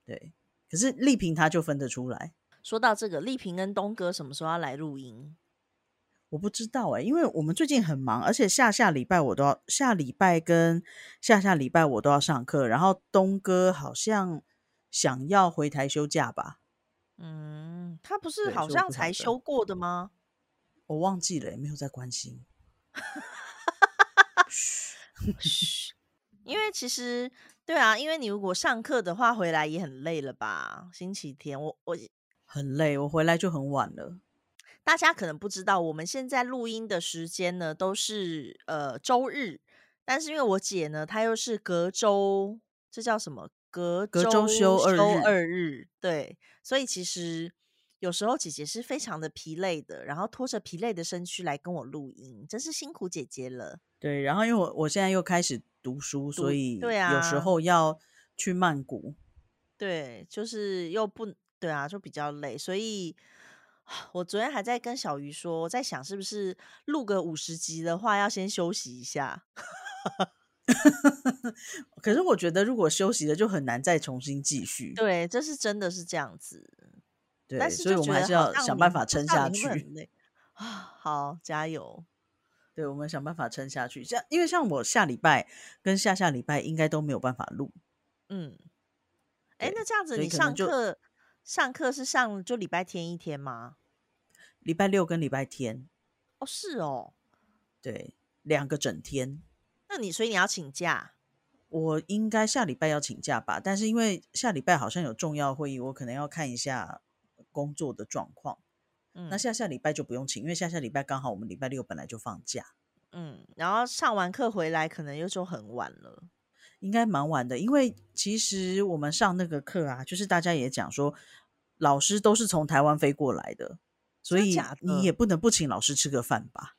A: 对，可是丽萍她就分得出来。
B: 说到这个，丽萍跟东哥什么时候要来录音？
A: 我不知道哎、因为我们最近很忙，而且下下礼拜我都要下礼拜跟下下礼拜我都要上课，然后东哥好像想要回台休假吧，
B: 嗯，他不是
A: 对
B: 好
A: 所以我
B: 像
A: 不晓
B: 才
A: 得
B: 修过的吗？
A: 我忘记了、没有在关心。
B: 嘘，因为其实对啊，因为你如果上课的话，回来也很累了吧？星期天，我我
A: 很累，我回来就很晚了。
B: 大家可能不知道，我们现在录音的时间呢都是呃周日，但是因为我姐呢，她又是隔周，这叫什么？隔
A: 隔周
B: 周
A: 休二日
B: 二日，对，所以其实有时候姐姐是非常的疲累的，然后拖着疲累的身躯来跟我录音，真是辛苦姐姐了。
A: 对，然后因为我我现在又开始读书，所
B: 读
A: 以
B: 对
A: 有时
B: 啊
A: 候要去曼谷。
B: 对，就是又不对啊，就比较累，所以我昨天还在跟小鱼说，我在想是不是录个五十集的话，要先休息一下。
A: 可是我觉得如果休息了，就很难再重新继续。
B: 对，这是真的是这样子，
A: 对，
B: 但是
A: 所以
B: 就
A: 我们
B: 觉
A: 还
B: 得
A: 是
B: 好
A: 要
B: 像
A: 想
B: 你
A: 办
B: 不
A: 法
B: 知
A: 撑
B: 道
A: 下
B: 你会不会
A: 去。
B: 很累 啊，好，加油！
A: 对，我们想办法撑下去。像因为像我下礼拜跟下下礼拜应该都没有办法录，
B: 嗯，哎，
A: 对
B: 那这样子
A: 所以
B: 你
A: 可能
B: 上
A: 就
B: 课上课是上就礼拜天一天吗？
A: 礼拜六跟礼拜天，
B: 哦，是哦，
A: 对，两个整天。
B: 那你所以你要请假
A: 我应该下礼拜要请假吧，但是因为下礼拜好像有重要会议，我可能要看一下工作的状况。
B: 嗯，
A: 那下下礼拜就不用请，因为下下礼拜刚好我们礼拜六本来就放假，
B: 嗯，然后上完课回来可能又就很晚了。
A: 应该蛮晚的。因为其实我们上那个课啊，就是大家也讲说，老师都是从台湾飞过来的，所
B: 真的
A: 以
B: 假的
A: 你也不能不请老师吃个饭吧？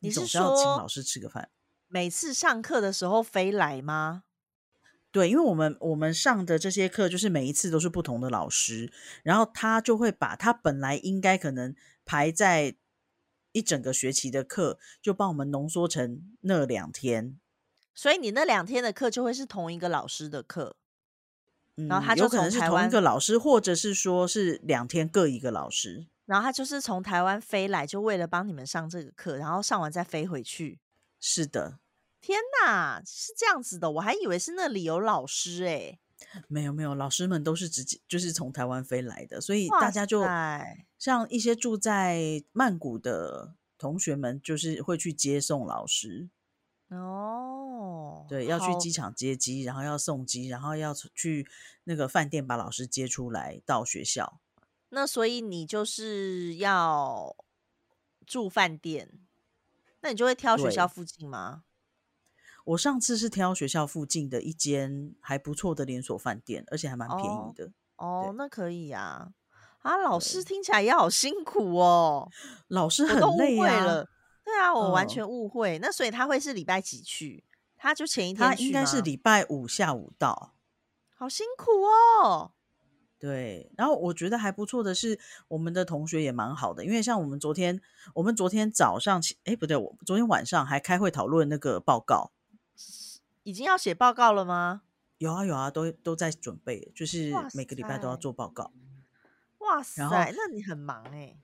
B: 你是
A: 总是要请
B: 说
A: 老师吃个饭？
B: 每次上课的时候飞来吗？
A: 对，因为我们我们上的这些课，就是每一次都是不同的老师，然后他就会把他本来应该可能排在一整个学期的课，就帮我们浓缩成那两天。
B: 所以你那两天的课就会是同一个老师的课，
A: 嗯，
B: 然后他就
A: 有可
B: 从
A: 能是
B: 台
A: 同一
B: 湾
A: 个老师，或者是说是两天各一个老师。
B: 然后他就是从台湾飞来，就为了帮你们上这个课，然后上完再飞回去。
A: 是的，
B: 天哪，是这样子的，我还以为是那里有老师哎、
A: 没有没有，老师们都是直接就是从台湾飞来的，所以
B: 哇
A: 大家就
B: 塞
A: 像一些住在曼谷的同学们，就是会去接送老师。
B: 哦，
A: 对，要去
B: 好
A: 机场接机，然后要送机，然后要出去那个饭店把老师接出来到学校。
B: 那所以你就是要住饭店，那你就会挑学校
A: 对
B: 附近吗？
A: 我上次是挑学校附近的一间还不错的连锁饭店，而且还蛮便宜
B: 哦
A: 的。
B: 哦，那可以啊。啊，老师听起来也好辛苦哦，
A: 老师
B: 我
A: 很
B: 都误
A: 累
B: 会
A: 啊，
B: 了。对啊，我完
A: 嗯
B: 全误会。那所以他会是礼拜几去？他就前一天
A: 他
B: 去
A: 应该是
B: 吗
A: 礼拜五下午到。
B: 好辛苦哦。
A: 对，然后我觉得还不错的是，我们的同学也蛮好的，因为像我们昨天，我们昨天早上起，哎，不对，我昨天晚上还开会讨论那个报告，
B: 已经要写报告了吗？
A: 有啊有啊，都都在准备，就是
B: 哇
A: 每个礼拜都要
B: 塞
A: 做报告。
B: 哇
A: 然后
B: 塞，那你很忙哎、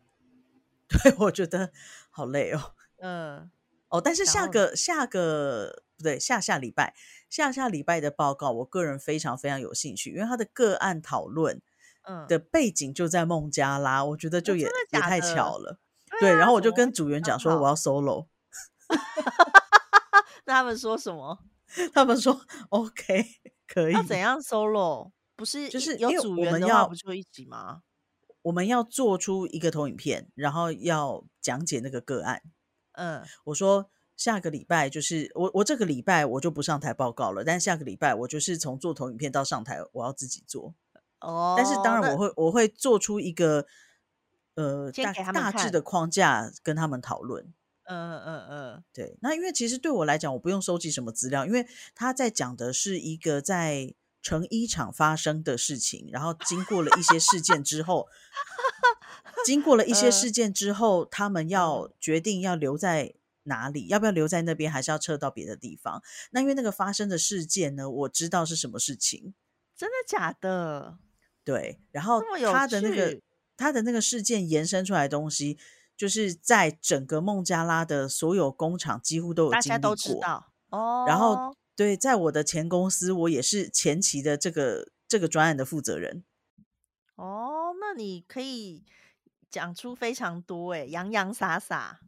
A: 对， 我觉得好累哦。
B: 嗯，
A: 哦，但是
B: 然
A: 下
B: 后呢
A: 个下个不对，下下礼拜下下礼拜的报告，我个人非常非常有兴趣，因为他的个案讨论
B: 嗯哦
A: 的背景就在孟加拉，我觉得就
B: 真
A: 也、
B: 的
A: 也
B: 假
A: 太
B: 的
A: 巧了。
B: 对
A: 对，
B: 啊
A: 然后我
B: 怎
A: 就
B: 么
A: 跟
B: 会
A: 组员
B: 刚
A: 讲说我
B: 好
A: 要 solo，
B: 那他们说什么？
A: 他们说 OK 可以
B: 嗯要。怎样 solo？不是
A: 就
B: 一
A: 是
B: 有
A: 因为
B: 组
A: 我
B: 员
A: 们
B: 的话，
A: 要
B: 不就一起吗？
A: 我们要做出一个投影片，然后要讲解那个个案。
B: 嗯，
A: 我说下个礼拜就是我我这个礼拜我就不上台报告了，但下个礼拜我就是从做投影片到上台，我要自己做。
B: 哦，
A: 但是当然
B: 那
A: 我会我会做出一个呃
B: 先
A: 大
B: 给他们
A: 大致
B: 看
A: 的框架跟他们讨论。
B: 嗯嗯嗯，
A: 对，那因为其实对我来讲，我不用收集什么资料，因为他在讲的是一个在成衣厂发生的事情，然后经过了一些事件 之后，经过了一些
B: 呃
A: 事件之后，他们
B: 嗯
A: 要决定要留在哪里，要不要留在那边，还是要撤到别的地方。那因为那个发生的事件呢，我知道是什么事情，
B: 真的假的？
A: 对，然后
B: 这么有
A: 他的那个
B: 趣
A: 他的那个事件延伸出来的东西，就是在整个孟加拉的所有工厂几乎都有
B: 大
A: 经
B: 家
A: 历
B: 都知
A: 过。
B: 道哦。
A: 然后对，在我的前公司，我也是前期的这个这个专案的负责人。
B: 哦，那你可以讲出非常多哎，洋洋洒洒，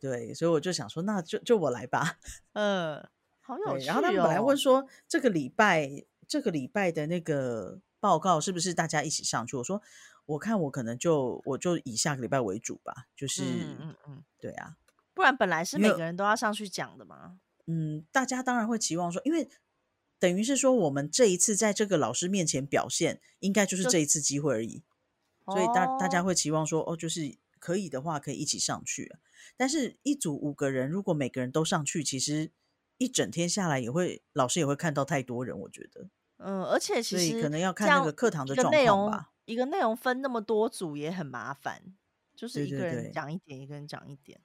A: 对，所以我就想说，那就就我来吧。
B: 嗯，好有
A: 对，
B: 趣哦。
A: 然后他们本来问说，这个礼拜这个礼拜的那个报告是不是大家一起上去？我说，我看我可能就我就以下个礼拜为主吧，就是、
B: 嗯嗯嗯，
A: 对啊，
B: 不然本来是
A: 因
B: 每
A: 为
B: 个人都要上去讲的嘛。
A: 嗯，大家当然会期望说，因为等于是说我们这一次在这个老师面前表现，应该就是
B: 就
A: 这一次机会而已，所以大大家
B: 哦
A: 会期望说，哦，就是可以的话可以一起上去啊、但是一组五个人，如果每个人都上去，其实一整天下来也会老师也会看到太多人，我觉得。
B: 嗯，而且其
A: 所以
B: 实
A: 可能要
B: 这
A: 看那
B: 样
A: 个课堂
B: 一
A: 的
B: 个
A: 状
B: 内
A: 况
B: 容
A: 吧。
B: 一个内容分那么多组也很麻烦，就是
A: 对
B: 一个
A: 对
B: 人
A: 对
B: 讲一点，一个人讲一点。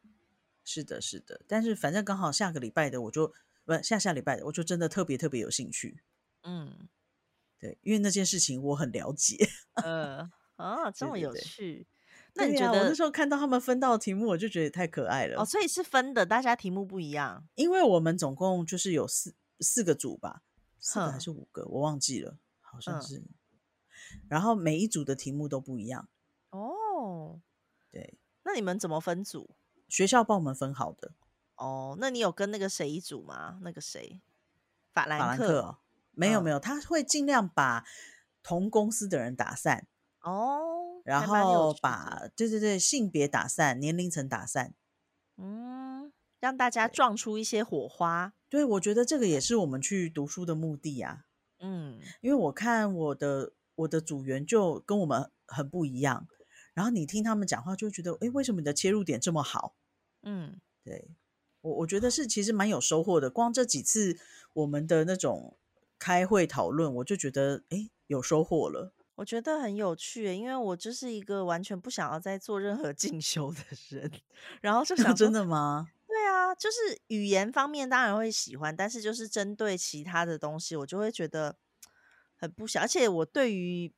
A: 是的，是的，但是反正刚好下个礼拜的我就不下下礼拜的我就真的特别特别有兴趣，
B: 嗯
A: 对，因为那件事情我很了解。
B: 呃啊，这
A: 对
B: 么
A: 对
B: 有
A: 对
B: 趣。那你
A: 对
B: 觉
A: 啊我
B: 得、
A: 那时候看到他们分到的题目，我就觉得太可爱了，
B: 哦？所以是分的，大家题目不一样。
A: 因为我们总共就是有四四个组吧，四个还
B: 哼
A: 是五个，我忘记了，好像
B: 嗯
A: 是。然后每一组的题目都不一样，
B: 哦，
A: 对，
B: 那你们怎么分组？
A: 学校帮我们分好的，
B: 哦，那你有跟那个谁一组吗？那个谁，法
A: 法
B: 兰
A: 兰克
B: 克。
A: 哦，没有
B: 嗯
A: 没有，他会尽量把同公司的人打散，
B: 哦，
A: 然
B: 还蛮有
A: 后
B: 趣的
A: 把对对对性别打散，年龄层打散。
B: 嗯，让大家撞出一些火花。
A: 对，我觉得这个也是我们去读书的目的啊，
B: 嗯，
A: 因为我看我的我的组员就跟我们很不一样，然后你听他们讲话就会觉得，诶，为什么你的切入点这么好？
B: 嗯，
A: 对我我觉得是其实蛮有收获的，光这几次我们的那种开会讨论，我就觉得诶有收获了。
B: 我觉得很有趣欸耶，因为我就是一个完全不想要再做任何 进修的人，然后就想
A: 真
B: 说
A: 的吗？
B: 对啊，就是语言方面当然会喜欢，但是就是针对其他的东西，我就会觉得很不想，而且我对于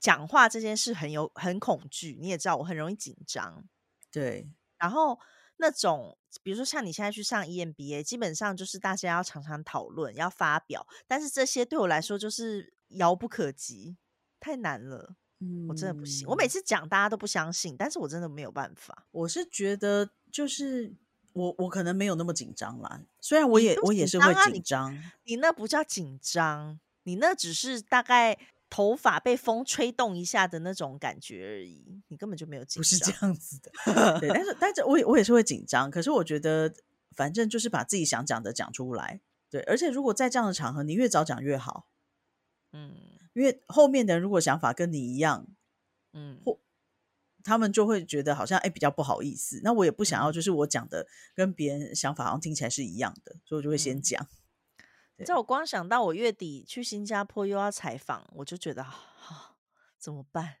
B: 讲话这件事很有很恐惧，你也知道我很容易紧张，
A: 对，
B: 然后那种，比如说像你现在去上 E EMBA，基本上就是大家要常常讨论、要发表，但是这些对我来说就是遥不可及，太难了，
A: 嗯
B: 我真的不行。我每次讲大家都不相信，但是我真的没有办法。
A: 我是觉得就是我我可能没有那么紧张啦，虽然我
B: 你
A: 也
B: 就
A: 我也
B: 紧
A: 是
B: 张
A: 会
B: 啊
A: 紧
B: 你
A: 张，
B: 你那不叫紧张，你那只是大概头发被风吹动一下的那种感觉而已，你根本就没有紧
A: 不是这
B: 张。
A: 样子的。 对，但是但是我也我也是会紧张，可是我觉得反正就是把自己想讲的讲出来。对，而且如果在这样的场合，你越早讲越好，
B: 嗯
A: 因为后面的人如果想法跟你一样，
B: 嗯，
A: 他们就会觉得好像哎、比较不好意思。那我也不想
B: 嗯
A: 要，就是我讲的跟别人想法好像听起来是一样的，所以我就会先
B: 嗯
A: 讲。
B: 你知道我光想到我月底去新加坡又要采访，我就觉得、啊、怎么办？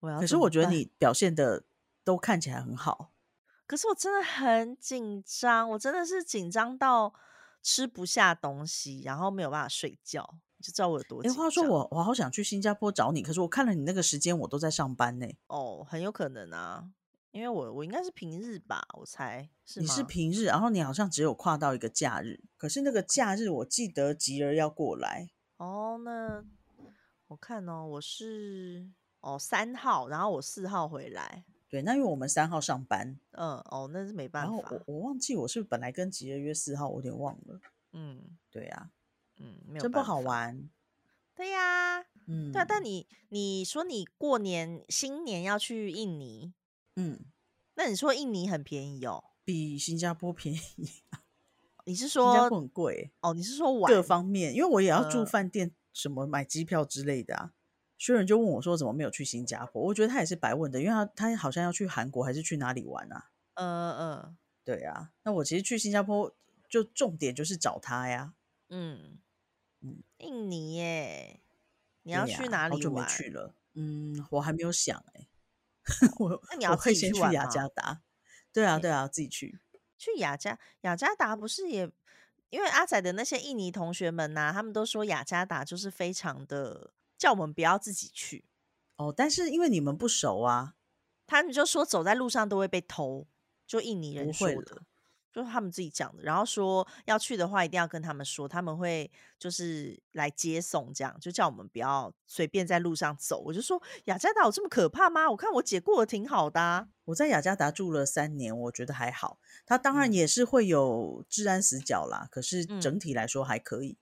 B: 我要
A: 可是
B: 怎
A: 我
B: 么
A: 觉得
B: 办
A: 你表现的都看起来很好，
B: 可是我真的很紧张，我真的是紧张到吃不下东西，然后没有办法睡觉，你就知道我有多
A: 哎、
B: 紧
A: 话说
B: 张。
A: 我我好想去新加坡找你，可是我看了你那个时间，我都在上班呢、
B: 哦，很有可能啊，因为我我应该是平日吧，我猜是
A: 你
B: 吗？
A: 是平日，然后你好像只有跨到一个假日，可是那个假日我记得吉儿要过来，
B: 哦，那我看哦，我是哦三号，然后我四号回来。
A: 对，那因为我们三号上班，
B: 嗯，哦，那是没
A: 然
B: 办
A: 后
B: 法。
A: 我我忘记我是不是本来跟吉儿约四号，我有点忘了。
B: 嗯
A: 对啊，
B: 嗯，没有
A: 真不
B: 办
A: 好
B: 法。
A: 玩。
B: 对呀、
A: 嗯，
B: 对啊，但你你说你过年新年要去印尼，
A: 嗯，
B: 那你说印尼很便宜哦？
A: 比新加坡便宜，
B: 你是
A: 新加坡
B: 说
A: 很贵、
B: 哦？你是说玩
A: 各方面，因为我也要住
B: 呃
A: 饭店，什么买机票之类的啊。薛仁就问我说：“怎么没有去新加坡？”我觉得他也是白问的，因为他他好像要去韩国还是去哪里玩啊？
B: 呃呃
A: 对啊，那我其实去新加坡就重点就是找他呀。
B: 嗯
A: 嗯
B: 印尼耶，你
A: 你
B: 要去哪
A: 好
B: 里
A: 久没
B: 玩？哦
A: 去了。嗯，我还没有想哎、我
B: 那你
A: 我
B: 要自
A: 会
B: 己
A: 先
B: 去
A: 去
B: 玩
A: 雅
B: 吗？
A: 加达。对啊，
B: 诶
A: 对啊，自己去。
B: 去雅加雅加达不是也？因为阿仔的那些印尼同学们呐、他们都说雅加达就是非常的叫我们不要自己去
A: 哦，但是因为你们不熟啊，
B: 他们就说走在路上都会被偷，就印尼人
A: 不
B: 说
A: 会
B: 的，就是他们自己讲的。然后说要去的话一定要跟他们说，他们会就是来接送，这样就叫我们不要随便在路上走。我就说雅加达有这么可怕吗？我看我姐过得挺好的、啊，
A: 我在雅加达住了三年，我觉得还好。它当然
B: 嗯
A: 也是会有治安死角啦，可是
B: 嗯
A: 整体来说还可以。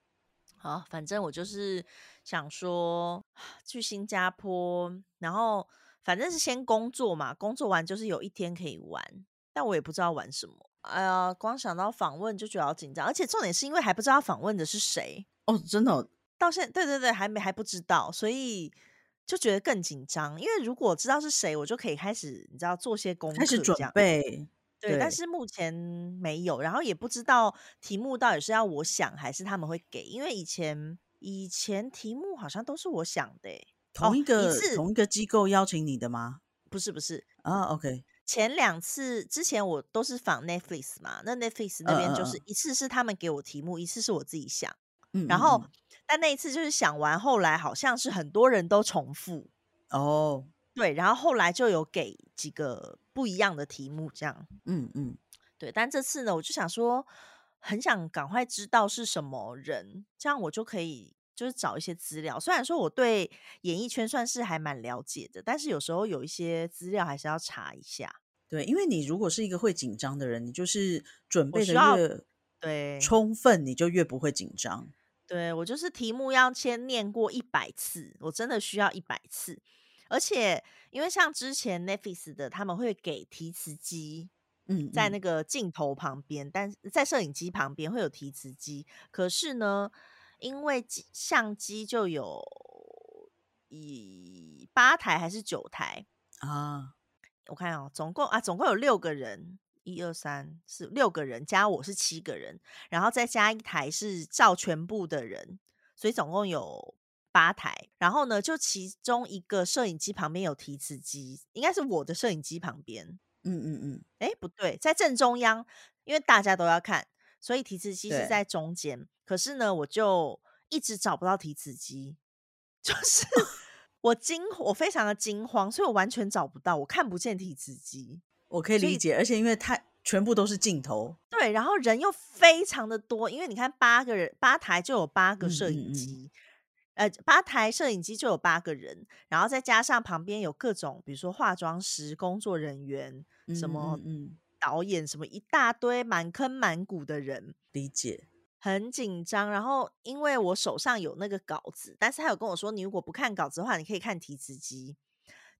B: 好，反正我就是想说去新加坡，然后反正是先工作嘛，工作完就是有一天可以玩，但我也不知道玩什么。哎呀，光想到访问就觉得好紧张，而且重点是因为还不知道访问的是谁，
A: 哦，真的哦
B: 到现对对对，还没还不知道，所以就觉得更紧张。因为如果知道是谁，我就可以开始你知道做些功课，
A: 开始准。备。
B: 对，但
A: 对
B: 是目前没有，然后也不知道题目到底是要我想还是他们会给，因为以前以前题目好像都是我想的欸、哦
A: 同一个、
B: 次
A: 同一个机构邀请你的吗？
B: 不是不是，
A: 啊，OK，
B: 前两次之前我都是仿 Netflix 嘛，那 Netflix 那边就
A: 嗯
B: 是
A: 嗯
B: 一次是他们给我题目，一次是我自己想，
A: 嗯，
B: 然
A: 嗯
B: 后
A: 嗯
B: 但那一次就是想完，后来好像是很多人都重复，
A: 哦，
B: 对，然后后来就有给几个不一样的题目这样。
A: 嗯嗯，
B: 对，但这次呢，我就想说，很想赶快知道是什么人，这样我就可以就是找一些资料。虽然说我对演艺圈算是还蛮了解的，但是有时候有一些资料还是要查一下。
A: 对，因为你如果是一个会紧张的人，你就是准备
B: 需
A: 的
B: 要
A: 越
B: 对，
A: 充分，你就越不会紧张。
B: 对我就是题目要先念过一百次，我真的需要一百次。而且因为像之前 Netflix 的，他们会给提词机，
A: 嗯，
B: 在
A: 嗯
B: 那个镜头旁边，但是在摄影机旁边会有提词机。可是呢，因为机相机就有以八台还是九台，
A: 啊，
B: 我看哦，总共啊，总共有六个人，一二三四六个人，加我是七个人，然后再加一台是照全部的人，所以总共有八台。然后呢，就其中一个摄影机旁边有提词机，应该是我的摄影机旁边，
A: 嗯嗯嗯，
B: 哎，不对，在正中央，因为大家都要看，所以提词机是
A: 对
B: 在中间。可是呢，我就一直找不到提词机， 就是
A: 哦
B: 我惊，我非常的惊慌，所以我完全找不到，我看不见提词机。
A: 我可以
B: 所以
A: 理解，而且因为它全部都是镜头，
B: 对，然后人又非常的多，因为你看八个人，八台就有八个
A: 嗯
B: 摄
A: 嗯
B: 影
A: 嗯
B: 机，呃，八台摄影机就有八个人，然后再加上旁边有各种，比如说化妆师、工作人员、什
A: 嗯
B: 么
A: 嗯嗯，
B: 导演，什么一大堆满坑满谷的人，
A: 理解。
B: 很紧张。然后因为我手上有那个稿子，但是他有跟我说，你如果不看稿子的话，你可以看提词机。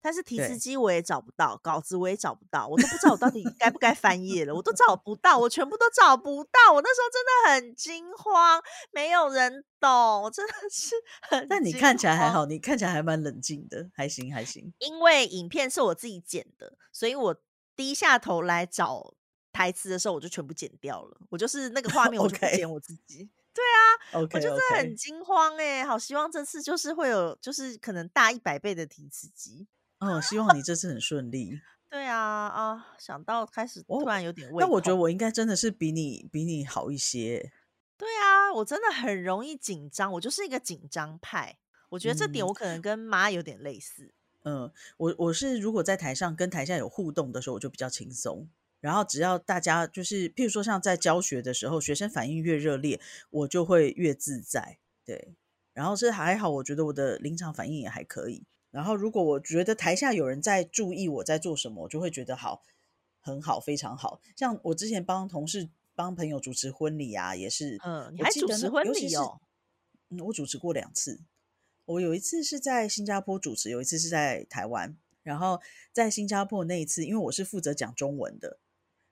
B: 但是提词
A: 对
B: 机我也找不到，稿子我也找不到，我都不知道我到底该不该翻页了，我都找不到，我全部都找不到。我那时候真的很惊慌，没有人懂，我真的是 很。
A: 但你看起来
B: 哦
A: 还，好，你看起来还蛮冷静的，还行还行。
B: 因为影片是我自己剪的，所以我低下头来找台词的时候，我就全部剪掉了。我就是那个画面，我就不
A: OK
B: 剪我自己。
A: OK
B: 我就真
A: OK，
B: 的很惊慌哎、好希望这次就是会有，就是可能大一百倍的提词机。
A: 嗯，希望你这次很顺利。
B: 对啊啊，想到开始
A: 我
B: 突然有点胃
A: 哦那我觉得
B: 痛
A: 我应该真的是比你比你好一些。
B: 对啊，我真的很容易紧张，我就是一个紧张派。我觉得这点
A: 嗯
B: 我可能跟妈有点类似。
A: 嗯，我我是如果在台上跟台下有互动的时候，我就比较轻松。然后只要大家就是，譬如说像在教学的时候，学生反应越热烈，我就会越自在。对，然后是还好，我觉得我的临场反应也还可以。然后如果我觉得台下有人在注意我在做什么，我就会觉得好，很好，非常好。像我之前帮同事、帮朋友主持婚礼啊，也是，
B: 嗯你
A: 我
B: 还
A: 记
B: 主
A: 得
B: 持
A: 那
B: 婚
A: 尤其
B: 礼
A: 是
B: 哦
A: 嗯，我主持过两次，我有一次是在新加坡主持，有一次是在台湾。然后在新加坡那一次，因为我是负责讲中文的，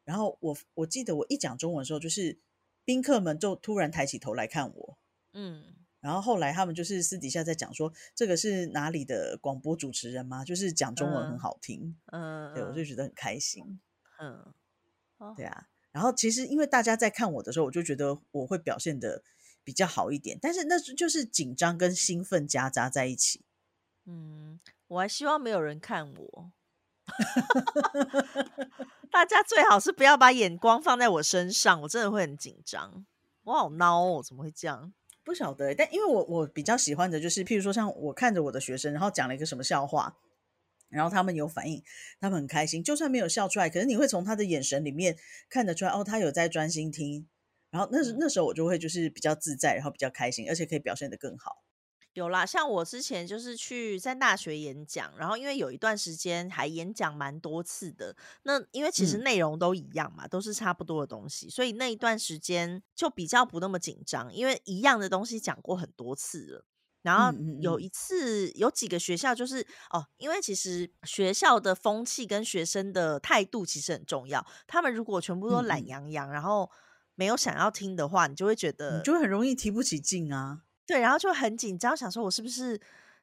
A: 然后我我记得我一讲中文的时候，就是宾客们就突然抬起头来看我，
B: 嗯，
A: 然后后来他们就是私底下在讲说，这个是哪里的广播主持人吗？就是讲中文
B: 嗯
A: 很好听，
B: 嗯，
A: 对我就
B: 嗯
A: 觉得很开心，
B: 嗯，哦
A: 对啊。然后其实因为大家在看我的时候，我就觉得我会表现的比较好一点，但是那是就是紧张跟兴奋夹杂在一起。
B: 嗯，我还希望没有人看我。 大家最好是不要把眼光放在我身上，我真的会很紧张。我好孬哦，怎么会这样？
A: 不晓得欸，但因为我我比较喜欢的就是，譬如说像我看着我的学生，然后讲了一个什么笑话，然后他们有反应，他们很开心，就算没有笑出来，可是你会从他的眼神里面看得出来，哦，他有在专心听。然后那
B: 嗯
A: 时那时候我就会就是比较自在，然后比较开心，而且可以表现得更好。
B: 有啦，像我之前就是去在大学演讲，然后因为有一段时间还演讲蛮多次的，那因为其实
A: 嗯
B: 内容都一样嘛，都是差不多的东西，所以那一段时间就比较不那么紧张，因为一样的东西讲过很多次了。然后
A: 嗯嗯
B: 有
A: 嗯
B: 一次有几个学校就是哦，因为其实学校的风气跟学生的态度其实很重要，他们如果全部都
A: 嗯
B: 懒
A: 嗯
B: 洋洋，然后没有想要听的话，你就会觉得
A: 你就会很容易提不起劲啊。
B: 对，然后就很紧张，想说我是不是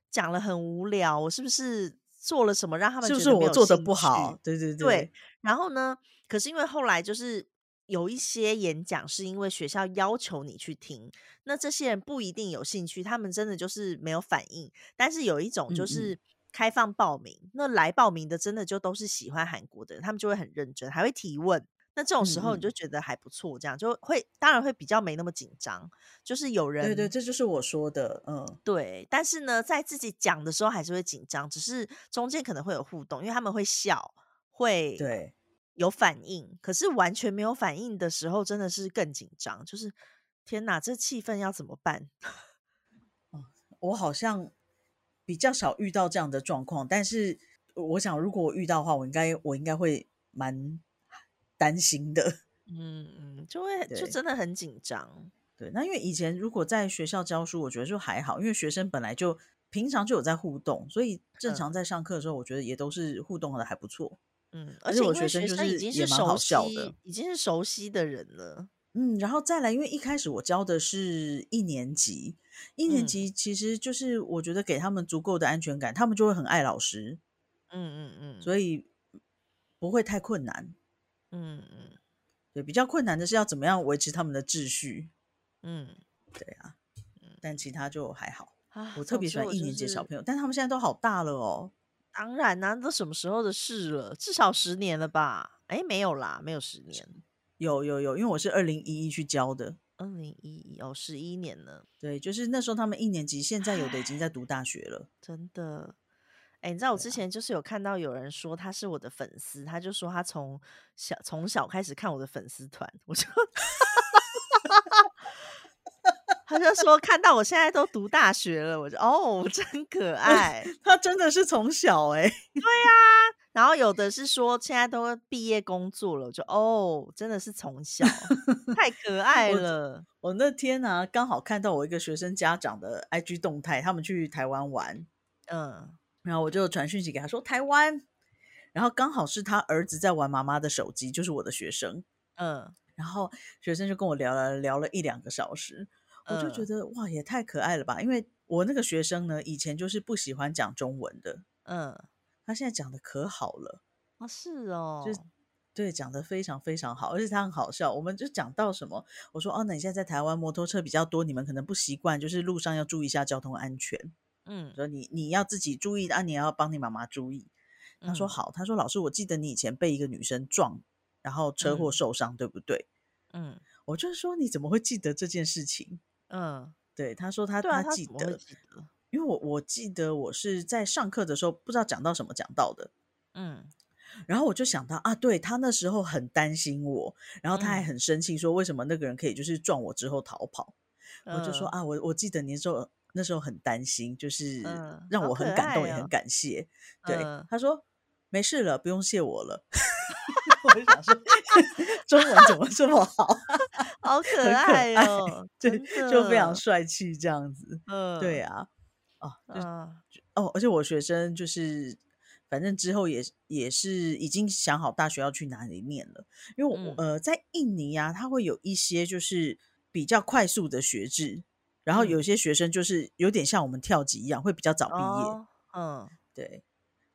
B: 讲了很无聊，我是不是做了什么让他们
A: 是不
B: 觉
A: 是
B: 得没
A: 我
B: 有
A: 做的
B: 兴
A: 不
B: 趣
A: 好？对对
B: 对，然后呢，可是因为后来就是有一些演讲是因为学校要求你去听，那这些人不一定有兴趣，他们真的就是没有反应。但是有一种就
A: 嗯嗯
B: 是开放报名，那来报名的真的就都是喜欢韩国的人，他们就会很认真，还会提问。那这种时
A: 嗯
B: 候你
A: 嗯
B: 就觉得还不错，这样就会当然会比较没那么紧张，就是有人
A: 对对，这就是我说的，嗯。
B: 对，但是呢，在自己讲的时候还是会紧张，只是中间可能会有互动，因为他们会笑，会
A: 对，
B: 有反应。可是完全没有反应的时候，真的是更紧张，就是天哪，这气氛要怎么办？
A: 我好像比较少遇到这样的状况，但是我想，如果我遇到的话，我应该我应该会蛮担心的。
B: 嗯嗯，就会就
A: 对
B: 真的很紧张。
A: 对，那因为以前如果在学校教书，我觉得就还好，因为学生本来就平常就有在互动，所以正
B: 嗯
A: 常在上课的时候，我觉得也都是互动的还不错。
B: 嗯，
A: 而
B: 而且
A: 且
B: 因
A: 我
B: 为
A: 学生
B: 学
A: 就
B: 生已
A: 是
B: 经
A: 也
B: 是
A: 蛮
B: 熟
A: 好笑的
B: 悉，已经是熟悉的人了。
A: 嗯，然后再来，因为一开始我教的是一年级，一年
B: 嗯
A: 级其实就是我觉得给他们足够的安全感，他们就会很爱老师，
B: 嗯嗯嗯
A: 所以不会太困难。
B: 嗯嗯
A: 对，比较困难的是要怎么样维持他们的秩序，
B: 嗯
A: 但其他就还好。
B: 啊，
A: 我特
B: 总
A: 别喜
B: 之我
A: 欢一
B: 就
A: 年级的小
B: 是
A: 朋友，但他们现在都好大了哦。
B: 当然啦、都什么时候的事了？至少十年了吧？哎，没有啦，没有十年，
A: 有有有，因为我是二零一一去教的，
B: 二零一一哦，十一年了，
A: 对，就是那时候他们一年级，现在有的已经在读大学了。
B: 真的。哎，你知道我
A: 对啊
B: 之前就是有看到有人说他是我的粉丝，他就说他从小从小开始看我的粉丝团，我就他就说看到我现在都读大学了，我就哦，真 可爱。
A: 他真的是从小哎、
B: 然后有的是说现在都毕业工作了，我就哦，真的是从小太可爱
A: 我
B: 了。
A: 我那天呢、啊、刚好看到我一个学生家长的 IG 动态，他们去台湾玩，
B: 嗯，
A: 然后我就传讯息给他说台湾，然后刚好是他儿子在玩妈妈的手机，就是我的学生，
B: 嗯
A: 然后学生就跟我聊了聊了一两个小时，我就觉
B: 嗯
A: 得哇也太可爱了吧，因为我那个学生呢以前就是不喜欢讲中文的，
B: 嗯，
A: 他现在讲的可好了。
B: 哦是哦，
A: 对，讲的非常非常好，而且他很好笑。我们就讲到什么，我说哦，那你现在在台湾摩托车比较多，你们可能不习惯，就是路上要注意一下交通安全。
B: 嗯
A: 我说你你要自己注意啊，你也要帮你妈妈注意。他说
B: 嗯
A: 好，他说老师，我记得你以前被一个女生撞，然后车祸
B: 嗯
A: 受伤，对不对？
B: 嗯
A: 我就是说你怎么会记得这件事情？
B: 嗯，
A: 对，他说他
B: 对啊，
A: 他
B: 他
A: 记
B: 怎么会
A: 得，
B: 记得？
A: 因为我我记得我是在上课的时候不知道讲到什么讲到的，
B: 嗯
A: 然后我就想到啊，对他那时候很担心我，然后他还
B: 嗯
A: 很生气，说为什么那个人可以就是撞我之后逃跑？我就说
B: 嗯
A: 啊，我我记得你那时候那时候很担心，就是
B: 嗯，
A: 让
B: 好
A: 我
B: 可
A: 很感动，
B: 爱
A: 也很
B: 哦，
A: 感谢。对，
B: 嗯，
A: 他说没事了，不用谢我 了。我就想说， 中文怎么这么好？
B: 好可
A: 很可
B: 爱
A: 爱，
B: 哦，
A: 对
B: 真，
A: 就非常
B: 的，
A: 帅气这样子。对
B: 嗯
A: 啊，哦，就
B: 啊，
A: 哦，而且我学生就是，反正之后也是也是已经想好大学要去哪里念了，因为我
B: 嗯
A: 呃在印尼啊，它会有一些就是比较快速的学制，然后有
B: 嗯
A: 些学生就是有点像我们跳级一样，会比较早毕业，
B: 哦嗯
A: 对。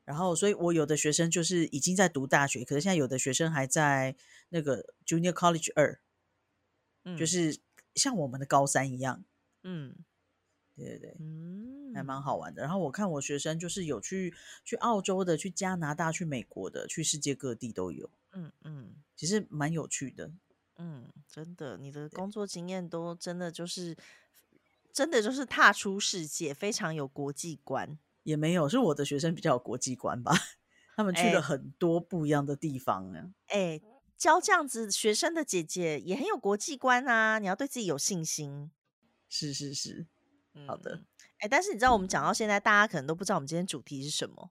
A: 然后，所以我有的学生就是已经在读大学，可是现在有的学生还在那个 Junior College 二，就
B: 嗯
A: 是像我们的高三一样，
B: 嗯
A: 对对对。还蛮
B: 嗯
A: 好玩的。然后我看我学生就是有去去澳洲的、去加拿大、去美国的、去世界各地都有，
B: 嗯嗯
A: 其实蛮有趣的。
B: 嗯，真的，你的工作经验都真的就是，真的就是踏出世界，非常有国际观。
A: 也没有，是我的学生比较有国际观吧， 他们去
B: 哎
A: 了很多不一样的地方啊呢。
B: 哎，教这样子学生的姐姐也很有国际观啊，你要对自己有信心。
A: 是是是，好的
B: 嗯，哎，但是你知道我们讲到现在，大家可能都不知道我们今天主题是什么。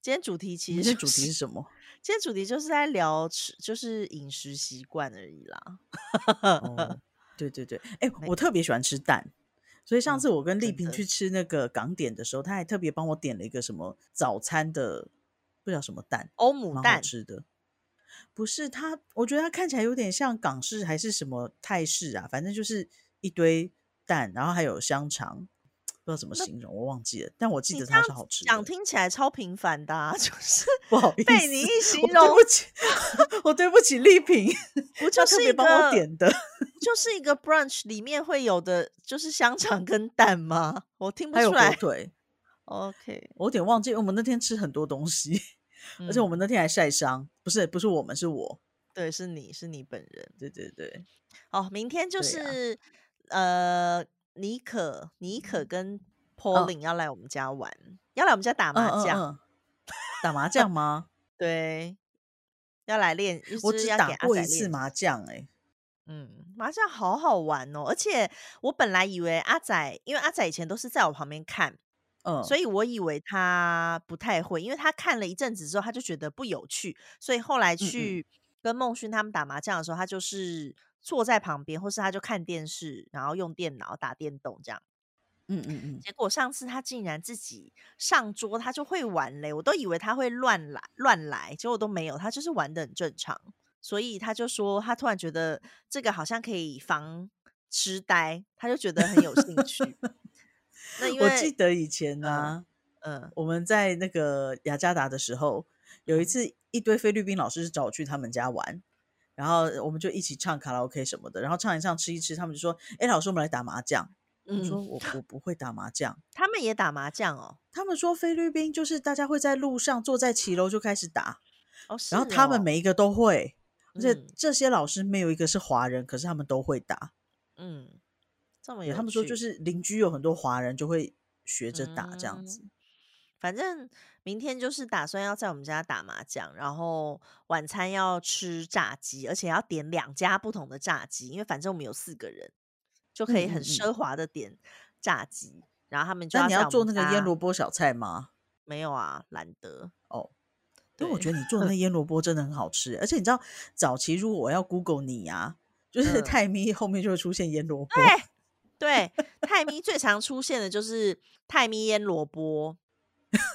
B: 今天主题
A: 你
B: 其
A: 们
B: 实
A: 的
B: 就
A: 主题是什么？
B: 今天主题就是在聊吃，就是饮食习惯而已啦。嗯
A: 哦，对对对，哎、我特别喜欢吃蛋，所以
B: 嗯
A: 上次我跟丽
B: 真
A: 萍
B: 的
A: 去吃那个港点的时候，她还特别帮我点了一个什么早餐的，不知道什么蛋，
B: 欧姆
A: 蛮好
B: 蛋，
A: 吃的。不是它，我觉得它看起来有点像港式还是什么泰式啊，反正就是一堆蛋，然后还有香肠，不知道怎么形容，我忘记了，但我记
B: 你
A: 得
B: 这
A: 它
B: 样
A: 是好
B: 子
A: 吃
B: 讲
A: 的。
B: 听起来超平凡的、啊， 就是
A: 不好意思，
B: 被你一形
A: 我
B: 容
A: 对，不起， 我对不起丽萍，
B: 不
A: 她
B: 就
A: 特
B: 是
A: 别
B: 一
A: 帮
B: 个
A: 我点的。
B: 就是一个 brunch 里面会有的，就是香肠跟蛋吗？我听 不
A: 还有
B: 出
A: 火
B: 来。
A: 腿，
B: OK，
A: 我有点忘记，我们那天吃很多东西，而且
B: 嗯
A: 我们那天还晒伤，不是不是我们是我，
B: 对是你是你本人
A: 对对对，
B: 哦，明天就
A: 对啊
B: 是、呃，妮可妮
A: 嗯
B: 可跟 Pauline 要来我们家玩，要来我们家打
A: 哦嗯
B: 麻将，
A: 嗯嗯、打麻将吗？
B: 对，要来练，就
A: 我
B: 是
A: 只
B: 要
A: 打
B: 给阿
A: 过
B: 仔
A: 一次
B: 练
A: 麻将、欸，哎，
B: 嗯，麻将好好玩哦！而且我本来以为阿仔，因为阿仔以前都是在我旁边看，
A: 嗯，
B: 所
A: 以
B: 以我以为他不太会，因为他看了一阵子之后，他就觉得不有趣，所以后
A: 嗯
B: 来去跟孟勋他们打麻将的时候，他就是坐在旁边，或是他就看电视，然后用电脑打电动这样。
A: 嗯嗯嗯，
B: 结果上次他竟然自己上桌，他就会玩嘞，我都以为他会乱来乱来，结果都没有，他就是玩的很正常。所以他就说，他突然觉得这个好像可以防痴呆，他就觉得很有兴 趣。那因为
A: 我记得以前呢、
B: 嗯，
A: 我们在那个雅加达的时候，有一次一堆菲律宾老师找我去他们家玩，然后我们就一起唱卡拉 OK 什么的，然后唱一唱吃一吃，他们就说：“哎、老师，我们来打麻将。”我
B: 嗯
A: 说：“我我不会打麻将。”
B: 他们也打麻将哦。
A: 他们说菲律宾就是大家会在路上坐在骑楼就开始打，
B: 哦，是
A: 然后他们
B: 哦，
A: 每一个都会，而且
B: 嗯
A: 这些老师没有一个是华人，可是他们都会打。
B: 嗯，这么
A: 对
B: 有
A: 他们说
B: 趣
A: 就是邻居有很多华人就会学着打这样
B: 嗯
A: 子。
B: 反正明天就是打算要在我们家打麻将，然后晚餐要吃炸鸡，而且要点两家不同的炸鸡，因为反正我们有四个人，就可以
A: 嗯嗯
B: 很
A: 嗯
B: 奢华的点炸鸡。然后他们就
A: 那你
B: 在我
A: 要
B: 们
A: 做那个
B: 家
A: 腌萝卜小菜吗？
B: 没有啊，懒得。
A: 哦，因为我
B: 对嗯
A: 觉得你做的那腌萝卜真的很好吃，而且你知道早期如果我要 Google 你啊，就是
B: 嗯哎
A: 泰咪后面就会出现腌萝卜。
B: 对，泰咪最常出现的就是泰咪腌萝卜，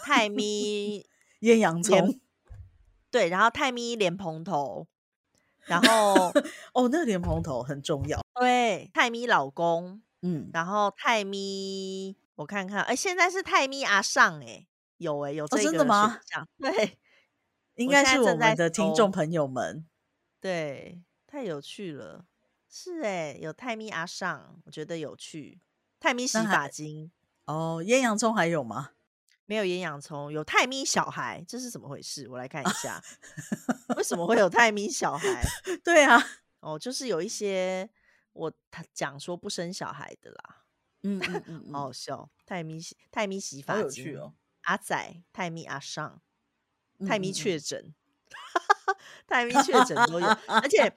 B: 泰咪
A: 腌洋葱
B: 对，然后泰咪莲蓬头，然 后
A: 哦，那个莲蓬头很重要。
B: 对泰咪老公，
A: 嗯，
B: 然后泰咪，我看看，哎，现在是泰咪阿尚，哎，有哎，有这一
A: 哦真
B: 个
A: 的
B: 选
A: 吗
B: 项？对
A: 应
B: 我
A: 该
B: 现在
A: 是我
B: 正在
A: 们的听
B: 搜
A: 众朋友们，
B: 对，太有趣了，是哎，有泰咪阿尚，我觉得有趣。泰咪洗
A: 那还
B: 发精
A: 哦，腌洋葱还有吗？
B: 没有盐洋葱，有泰咪小孩，这是怎么回事？我来看一 下，为什么会有泰咪小孩？
A: 对啊，
B: 哦，就是有一些我他讲说不生小孩的啦，
A: 嗯嗯嗯
B: 好
A: 嗯，
B: 好笑。泰咪洗泰咪洗
A: 好
B: 发
A: 有
B: 精，
A: 趣哦。
B: 阿仔、泰咪阿尚、
A: 嗯
B: 泰
A: 嗯
B: 咪
A: 嗯
B: 确诊， 泰咪确诊都有，而 且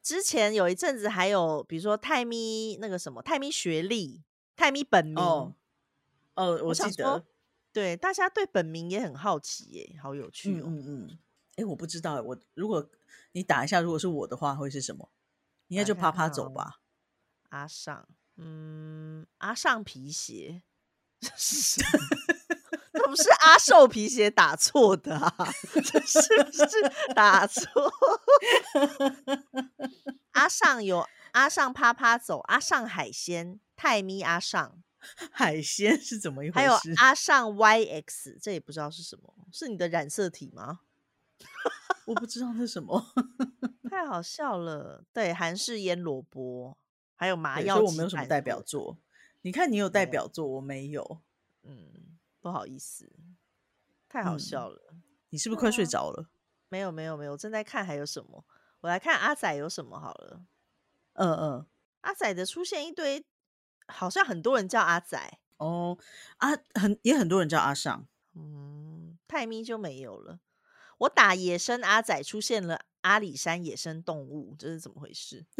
B: 之前有一阵子还有，比如说泰咪那个什么泰咪学历、泰咪本名，
A: 哦哦，我
B: 想
A: 记
B: 说
A: 得，
B: 对大家对本名也很好奇耶，好有趣
A: 嗯
B: 哦。
A: 嗯嗯，哎，我不知道，我如果你打一下，如果是我的话，会是什么？应该
B: 来
A: 就
B: 看
A: 啪
B: 看
A: 啪走
B: 哦
A: 吧。
B: 阿尚，嗯，阿尚皮鞋 这是什么？那不是阿寿皮鞋打错的啊， 这是不是打错？阿尚有阿尚啪啪走，阿尚海鲜泰咪阿尚，
A: 海鲜是怎么一回
B: 还有啊
A: 事？
B: 阿尚 YX，这也不知道是什么，是你的染色体吗？
A: 我不知道那什么，
B: 太好笑了，对，韩式腌萝卜，还有麻
A: 对
B: 药
A: 所
B: 鸡
A: 以
B: 蛋，
A: 我没有什么代表作。你看，你有代
B: 对
A: 表作，我没有。
B: 嗯，不好意思，太好
A: 嗯
B: 笑了。
A: 你是不是
B: 对
A: 快睡
B: 啊
A: 着了？
B: 没有没有没有，我正在看还有什么，我来看阿仔有什么好了。
A: 嗯嗯，
B: 阿仔的出现一堆，好像很多人叫阿仔，
A: 哦，啊，很也很多人叫阿尚，
B: 嗯，泰咪就没有了。我打野生阿仔出现了阿里山野生动物，这是怎么回事？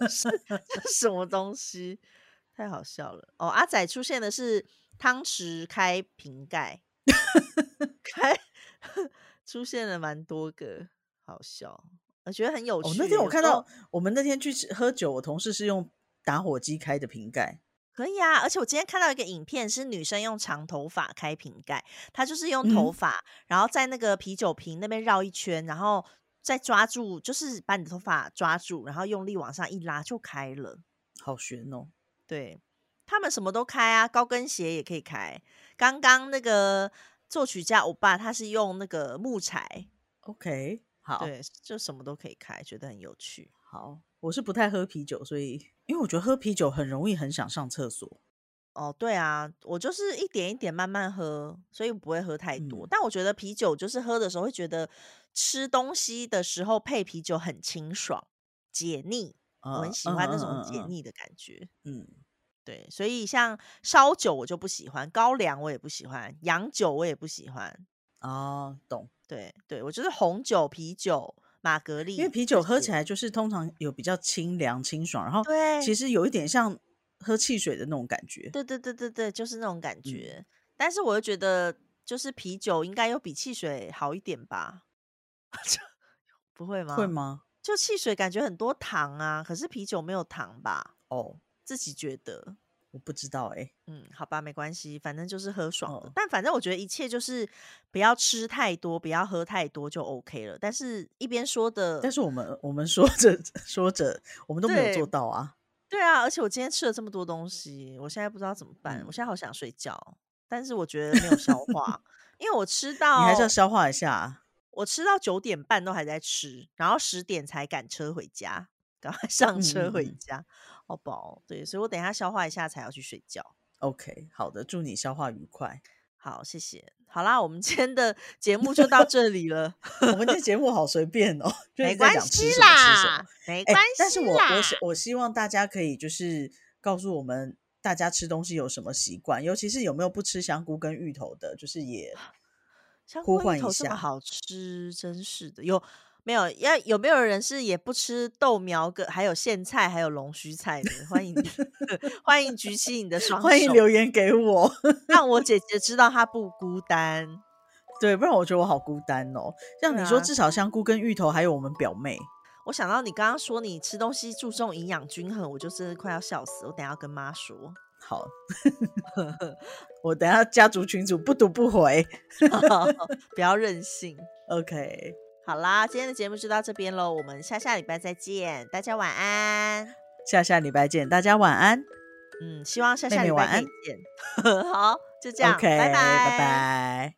B: 这是这是什么东西？太好笑了哦！阿仔出现的是汤匙开瓶盖，开 出现了蛮多个，好笑，我觉得很有趣。
A: 哦，那天我
B: 有
A: 看
B: 时候
A: 到我们那天去吃喝酒，我同事是用打火机开的瓶盖，
B: 可以啊，而且我今天看到一个影片，是女生用长头发开瓶盖，她就是用头
A: 嗯
B: 发，然后在那个啤酒瓶那边绕一圈，然后再抓住，就是把你的头发抓住，然后用力往上一拉就开了。
A: 好悬哦。
B: 对他们什么都开啊，高跟鞋也可以开。刚刚那个作曲家欧巴，他是用那个木材，
A: OK，好，
B: 对，就什么都可以开，觉得很有趣。
A: 好，我是不太喝啤酒，所以因为我觉得喝啤酒很容易很想上厕所。
B: 哦，对啊，我就是一点一点慢慢喝，所以不会喝太多。
A: 嗯
B: 但我觉得啤酒就是喝的时候会觉得吃东西的时候配啤酒很清爽、解腻，我
A: 呃
B: 很喜欢那种
A: 嗯
B: 解
A: 嗯
B: 腻的感觉。
A: 嗯嗯
B: 对，所以像烧酒我就不喜欢，高粱我也不喜欢，洋酒我也不喜欢。
A: 嗯哦，懂。
B: 对对，我就是红酒、啤酒、玛格丽，
A: 因为啤酒喝起
B: 来
A: 来就是通常有比较清凉清爽，然后
B: 对
A: 其实有一点像喝汽水的那种感觉。
B: 对对对对对，就是那种感
A: 嗯
B: 觉。但是我又觉得，就是啤酒应该有比汽水好一点吧？ 不会吗？
A: 会？吗？
B: 就汽水感觉很多糖啊，可是啤酒没有糖吧？
A: 哦，
B: 自己觉得，
A: 我不知道哎、
B: 嗯，好吧，没关系，反正就是喝爽的。
A: 哦
B: 但反正我觉得一切就是不要吃太多，不要喝太多就 OK 了。但是一边说的，
A: 但是我们我们说着 说着，我们都没有
B: 对
A: 做到啊。
B: 对啊，而且我今天吃了这么多东西，我现在不知道怎么办，
A: 嗯
B: 我现在好想睡觉，但是我觉得没有消化，因为我吃到
A: 你还是要消化一下啊、
B: 我吃到九点半都还在吃，然后十点才赶车回家，赶快 上车
A: 嗯嗯
B: 回
A: 嗯
B: 家，好饱哦。对，所以我等一下消化一下才要去睡觉。
A: OK，好的，祝你消化愉快。
B: 好，谢谢。好啦，我们今天的节目就到这里了，
A: 我们这节目好随便哦， 就
B: 没
A: 是在
B: 关
A: 讲吃
B: 系
A: 什么吃什么
B: 啦。，没
A: 哎
B: 关系啦。
A: 但是我我希我希望大家可以就是告诉我们大家吃东西有什么习惯，尤其是有没有不吃香菇跟芋头的，就是也
B: 香
A: 呼
B: 菇芋
A: 唤一
B: 头这么
A: 下
B: 好吃，真是的。有没有要有没有人是也不吃豆苗跟还有苋菜还有龙须菜的？欢迎欢迎举起你的双手，
A: 欢迎留言给我。
B: 让我姐姐知道她不孤单。
A: 对，不然我觉得我好孤单哦。像
B: 对
A: 你说，
B: 啊
A: 至少香菇跟芋头，还有我们表妹，
B: 我想到你刚刚说你吃东西注重营养均衡，我就真的快要笑死。我等一下要跟妈说。
A: 好，我等下家族群主不读不回。
B: 不要任性。
A: OK，
B: 好啦，今天的节目就到这边喽，我们下下礼拜再见，大家晚安。
A: 下下礼拜见，大家晚安。
B: 嗯，希望下
A: 妹
B: 下
A: 妹
B: 礼
A: 晚
B: 拜可以见。好，就这样
A: OK，
B: 拜
A: 拜拜